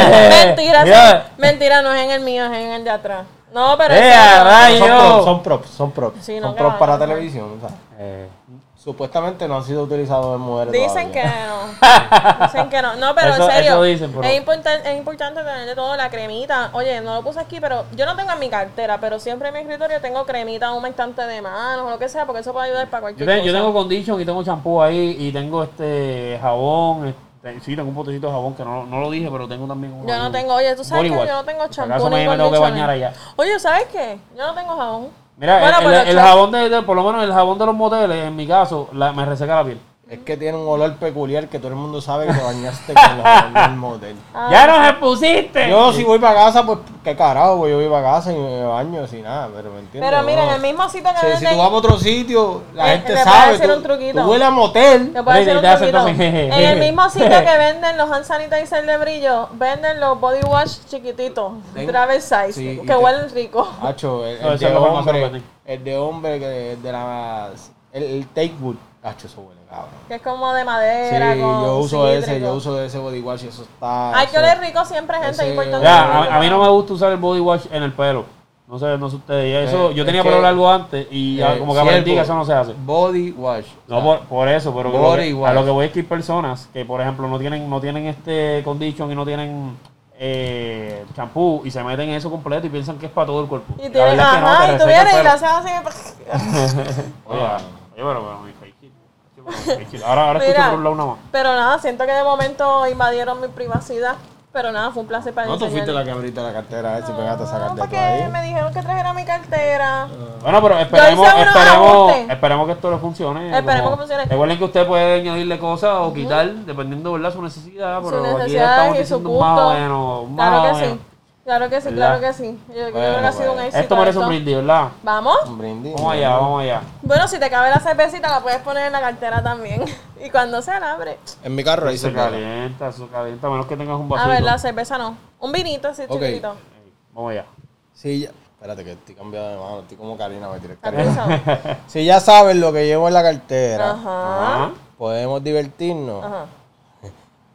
Speaker 2: Mentira,
Speaker 3: Mira,
Speaker 2: sí. mentira, no es en el mío, es en el de atrás. No, pero
Speaker 3: Eh,
Speaker 2: eso-
Speaker 3: rayo.
Speaker 1: Son props, son props, son props.
Speaker 2: Sí, no,
Speaker 1: son
Speaker 2: que
Speaker 1: props
Speaker 2: va,
Speaker 1: para
Speaker 2: no.
Speaker 1: televisión. o sea,
Speaker 3: eh,
Speaker 1: supuestamente no han sido utilizados en mujeres.
Speaker 2: Dicen que
Speaker 1: todavía.
Speaker 2: no. Dicen que no. No, pero
Speaker 3: Eso-
Speaker 2: en serio.
Speaker 3: eso dicen, pero-
Speaker 2: es, importan- es importante tener de todo la cremita. Oye, no lo puse aquí, pero yo no tengo en mi cartera, pero siempre en mi escritorio tengo cremita, aumentante de manos, o lo que sea, porque eso puede ayudar para
Speaker 3: yo,
Speaker 2: cualquier
Speaker 3: te-
Speaker 2: cosa.
Speaker 3: yo tengo condition y tengo champú ahí y tengo este jabón. este, sí, tengo un potecito de jabón que no, no lo dije, pero tengo también uno
Speaker 2: Yo
Speaker 3: ahí.
Speaker 2: no tengo, oye, tú sabes
Speaker 3: Body
Speaker 2: que
Speaker 3: wash.
Speaker 2: yo no tengo
Speaker 3: Por si
Speaker 2: champú
Speaker 3: acaso
Speaker 2: ni
Speaker 3: me- me tengo que
Speaker 2: conditioner.
Speaker 3: bañar allá.
Speaker 2: Oye, ¿sabes qué? Yo no tengo jabón.
Speaker 3: Mira,
Speaker 2: Bueno,
Speaker 3: el,
Speaker 2: pues
Speaker 3: el-
Speaker 2: los
Speaker 3: el
Speaker 2: chats-
Speaker 3: jabón de, de- por lo menos el jabón de los moteles, en mi caso, la- me reseca la piel.
Speaker 1: Es que tiene un olor peculiar que todo el mundo sabe que te bañaste con la- con el modelo.
Speaker 2: Ah.
Speaker 3: ¡Ya nos expusiste!
Speaker 1: Yo si voy para casa, pues qué carajo, pues yo voy para casa y me baño sin nada, pero me entiendes.
Speaker 2: Pero mira, en
Speaker 1: No.
Speaker 2: el mismo sitio que
Speaker 1: Sí, si tú
Speaker 2: venden-
Speaker 1: vas a otro sitio, la
Speaker 2: Eh,
Speaker 1: gente
Speaker 2: le puedes
Speaker 1: sabe.
Speaker 2: hacer
Speaker 1: Tú,
Speaker 2: un truquito.
Speaker 1: tú huele a motel.
Speaker 2: Te puedo
Speaker 3: Oye,
Speaker 2: decir
Speaker 3: y
Speaker 2: un
Speaker 3: te hace
Speaker 2: truquito.
Speaker 3: entonces, jeje,
Speaker 2: En el
Speaker 3: jeje.
Speaker 2: mismo sitio que venden los hand sanitizers de brillo, venden los body wash chiquititos,
Speaker 1: Tengo-
Speaker 2: travel size,
Speaker 1: Sí, y
Speaker 2: que
Speaker 1: te-
Speaker 2: huelen rico.
Speaker 1: Hacho, el, el
Speaker 3: No, eso es
Speaker 1: de
Speaker 3: lo que más me
Speaker 1: hombre,
Speaker 3: sorprende.
Speaker 1: el de hombre, que- el de las, el, el Takewood. Hacho, eso huele, cabrón.
Speaker 2: Que es como de
Speaker 1: Sí,
Speaker 2: madera. con
Speaker 1: yo uso
Speaker 2: cilíndrico.
Speaker 1: ese, yo uso ese body wash y eso está...
Speaker 2: Hay que
Speaker 1: eso-
Speaker 2: oler rico siempre, gente.
Speaker 1: ese-
Speaker 2: es importante.
Speaker 3: Ya, a, a mí no me gusta usar el body wash en el pelo. No sé, no sé ustedes. Y Eso,
Speaker 1: Eh,
Speaker 3: yo
Speaker 1: es
Speaker 3: tenía
Speaker 1: que-
Speaker 3: pelo largo antes y ya
Speaker 1: eh,
Speaker 3: como que
Speaker 1: siervo,
Speaker 3: aprendí que eso no se hace.
Speaker 1: Body wash.
Speaker 3: No, por, por eso, pero que lo
Speaker 1: Body
Speaker 3: que-
Speaker 1: wash.
Speaker 3: a lo que voy es que hay personas que, por ejemplo, no tienen, no tienen este condition y no tienen eh, champú y se meten en eso completo y piensan que es para todo el cuerpo.
Speaker 2: Y
Speaker 3: La
Speaker 2: tienes,
Speaker 3: verdad es que no,
Speaker 2: ajá,
Speaker 3: te
Speaker 2: y tú
Speaker 3: reseca el
Speaker 2: vienes y
Speaker 3: pelo.
Speaker 2: la haces así.
Speaker 3: Oye, oye, pero, pero mi fake it. Oye, pero mi fake it. Ahora, ahora escucho
Speaker 2: Mira.
Speaker 3: por un lado nada más.
Speaker 2: Pero nada, siento que de momento invadieron mi privacidad. Pero nada, fue un placer para
Speaker 1: No, tú fuiste
Speaker 2: enseñarle.
Speaker 1: la que abriste la cartera, a ver si pegaste esa
Speaker 2: No,
Speaker 1: cartera
Speaker 2: porque
Speaker 1: ahí.
Speaker 2: me dijeron que trajera mi cartera.
Speaker 3: Bueno, pero esperemos,
Speaker 2: Yo hice unos
Speaker 3: esperemos,
Speaker 2: ajustes.
Speaker 3: esperemos que esto le funcione.
Speaker 2: Esperemos que funcione.
Speaker 3: Recuerden que usted puede añadirle cosas o quitar, dependiendo de su necesidad.
Speaker 2: Su
Speaker 3: Pero aquí
Speaker 2: necesidad
Speaker 3: estamos
Speaker 2: y su
Speaker 3: diciendo
Speaker 2: gusto.
Speaker 3: más o menos. Más
Speaker 2: Claro
Speaker 3: o
Speaker 2: que sí.
Speaker 3: menos.
Speaker 2: Claro que sí,
Speaker 3: ¿Verdad?
Speaker 2: claro que sí. Yo creo
Speaker 1: Bueno,
Speaker 2: que ha sido un
Speaker 1: bueno.
Speaker 2: éxito.
Speaker 3: Esto merece un
Speaker 2: esto.
Speaker 3: brindis, ¿verdad?
Speaker 2: Vamos.
Speaker 1: Un brindis.
Speaker 3: Vamos allá, vamos allá.
Speaker 2: Bueno, si te cabe la cervecita, la puedes poner en la cartera también. Y cuando se la abre.
Speaker 1: En mi carro ahí se
Speaker 3: Se
Speaker 1: paga.
Speaker 3: calienta, eso calienta, a menos que tengas un
Speaker 2: A ver, la
Speaker 3: vasito.
Speaker 2: cerveza no. Un vinito así
Speaker 1: Ok.
Speaker 2: chiquito.
Speaker 3: Ey, Vamos allá.
Speaker 1: Sí, ya. Espérate que estoy cambiado de mano, estoy como Karina, me tiré el
Speaker 2: ¿Estás
Speaker 1: Karina.
Speaker 2: pensado?
Speaker 1: Si ya sabes lo que llevo en la cartera,
Speaker 2: Ajá.
Speaker 3: Ajá.
Speaker 1: podemos divertirnos.
Speaker 2: Ajá.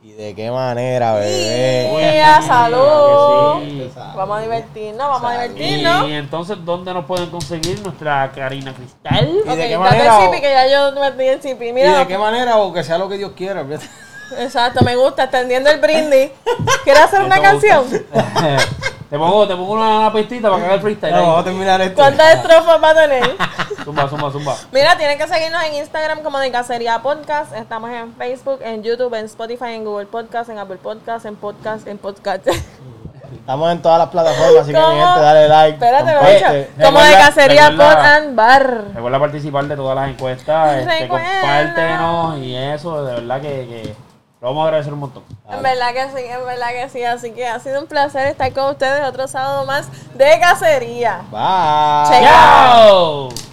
Speaker 1: ¿Y de qué manera, bebé?
Speaker 2: Y a salud.
Speaker 3: Mira que sí.
Speaker 2: Vamos a divertirnos, vamos a
Speaker 1: Salud.
Speaker 2: divertirnos.
Speaker 3: Y entonces, ¿dónde nos pueden conseguir nuestra Karina Cristal?
Speaker 1: ¿Y de
Speaker 2: Ok,
Speaker 1: qué
Speaker 2: date
Speaker 1: manera?
Speaker 2: el
Speaker 1: o-
Speaker 2: zipi, que ya yo me di el zipi.
Speaker 1: ¿Y de
Speaker 2: Mira,
Speaker 1: qué manera? O que sea lo que Dios quiera. olvídate.
Speaker 2: exacto, me gusta, extendiendo el brindis. ¿Quieres hacer
Speaker 3: ¿Te
Speaker 2: una
Speaker 3: gusta?
Speaker 2: canción?
Speaker 3: te pongo, te pongo una, una pistita para que haga el freestyle.
Speaker 1: No, vamos a
Speaker 3: ahí.
Speaker 1: terminar esto.
Speaker 2: ¿Cuántas estrofas va a tener?
Speaker 3: Zumba, zumba, zumba.
Speaker 2: Mira, tienen que seguirnos en Instagram como de Cacería Podcast. Estamos en Facebook, en YouTube, en Spotify, en Google Podcast, en Apple Podcast, en Podcast, en Podcast.
Speaker 1: Estamos en todas las plataformas, así que mi
Speaker 2: ¿Cómo?
Speaker 1: gente, dale like.
Speaker 2: Espérate,
Speaker 1: comparte.
Speaker 2: me Como de
Speaker 3: recuerda-
Speaker 2: Cacería Pod
Speaker 3: recuerda-
Speaker 2: and Bar.
Speaker 3: Recuerda participar de todas las encuestas. Este,
Speaker 2: Recuerda.
Speaker 3: compártenos y eso, de verdad que, que lo vamos a agradecer un montón.
Speaker 2: En verdad que sí, en verdad que sí. Así que ha sido un placer estar con ustedes otro sábado más de Cacería.
Speaker 1: Bye.
Speaker 2: Check.
Speaker 3: ¡Chao!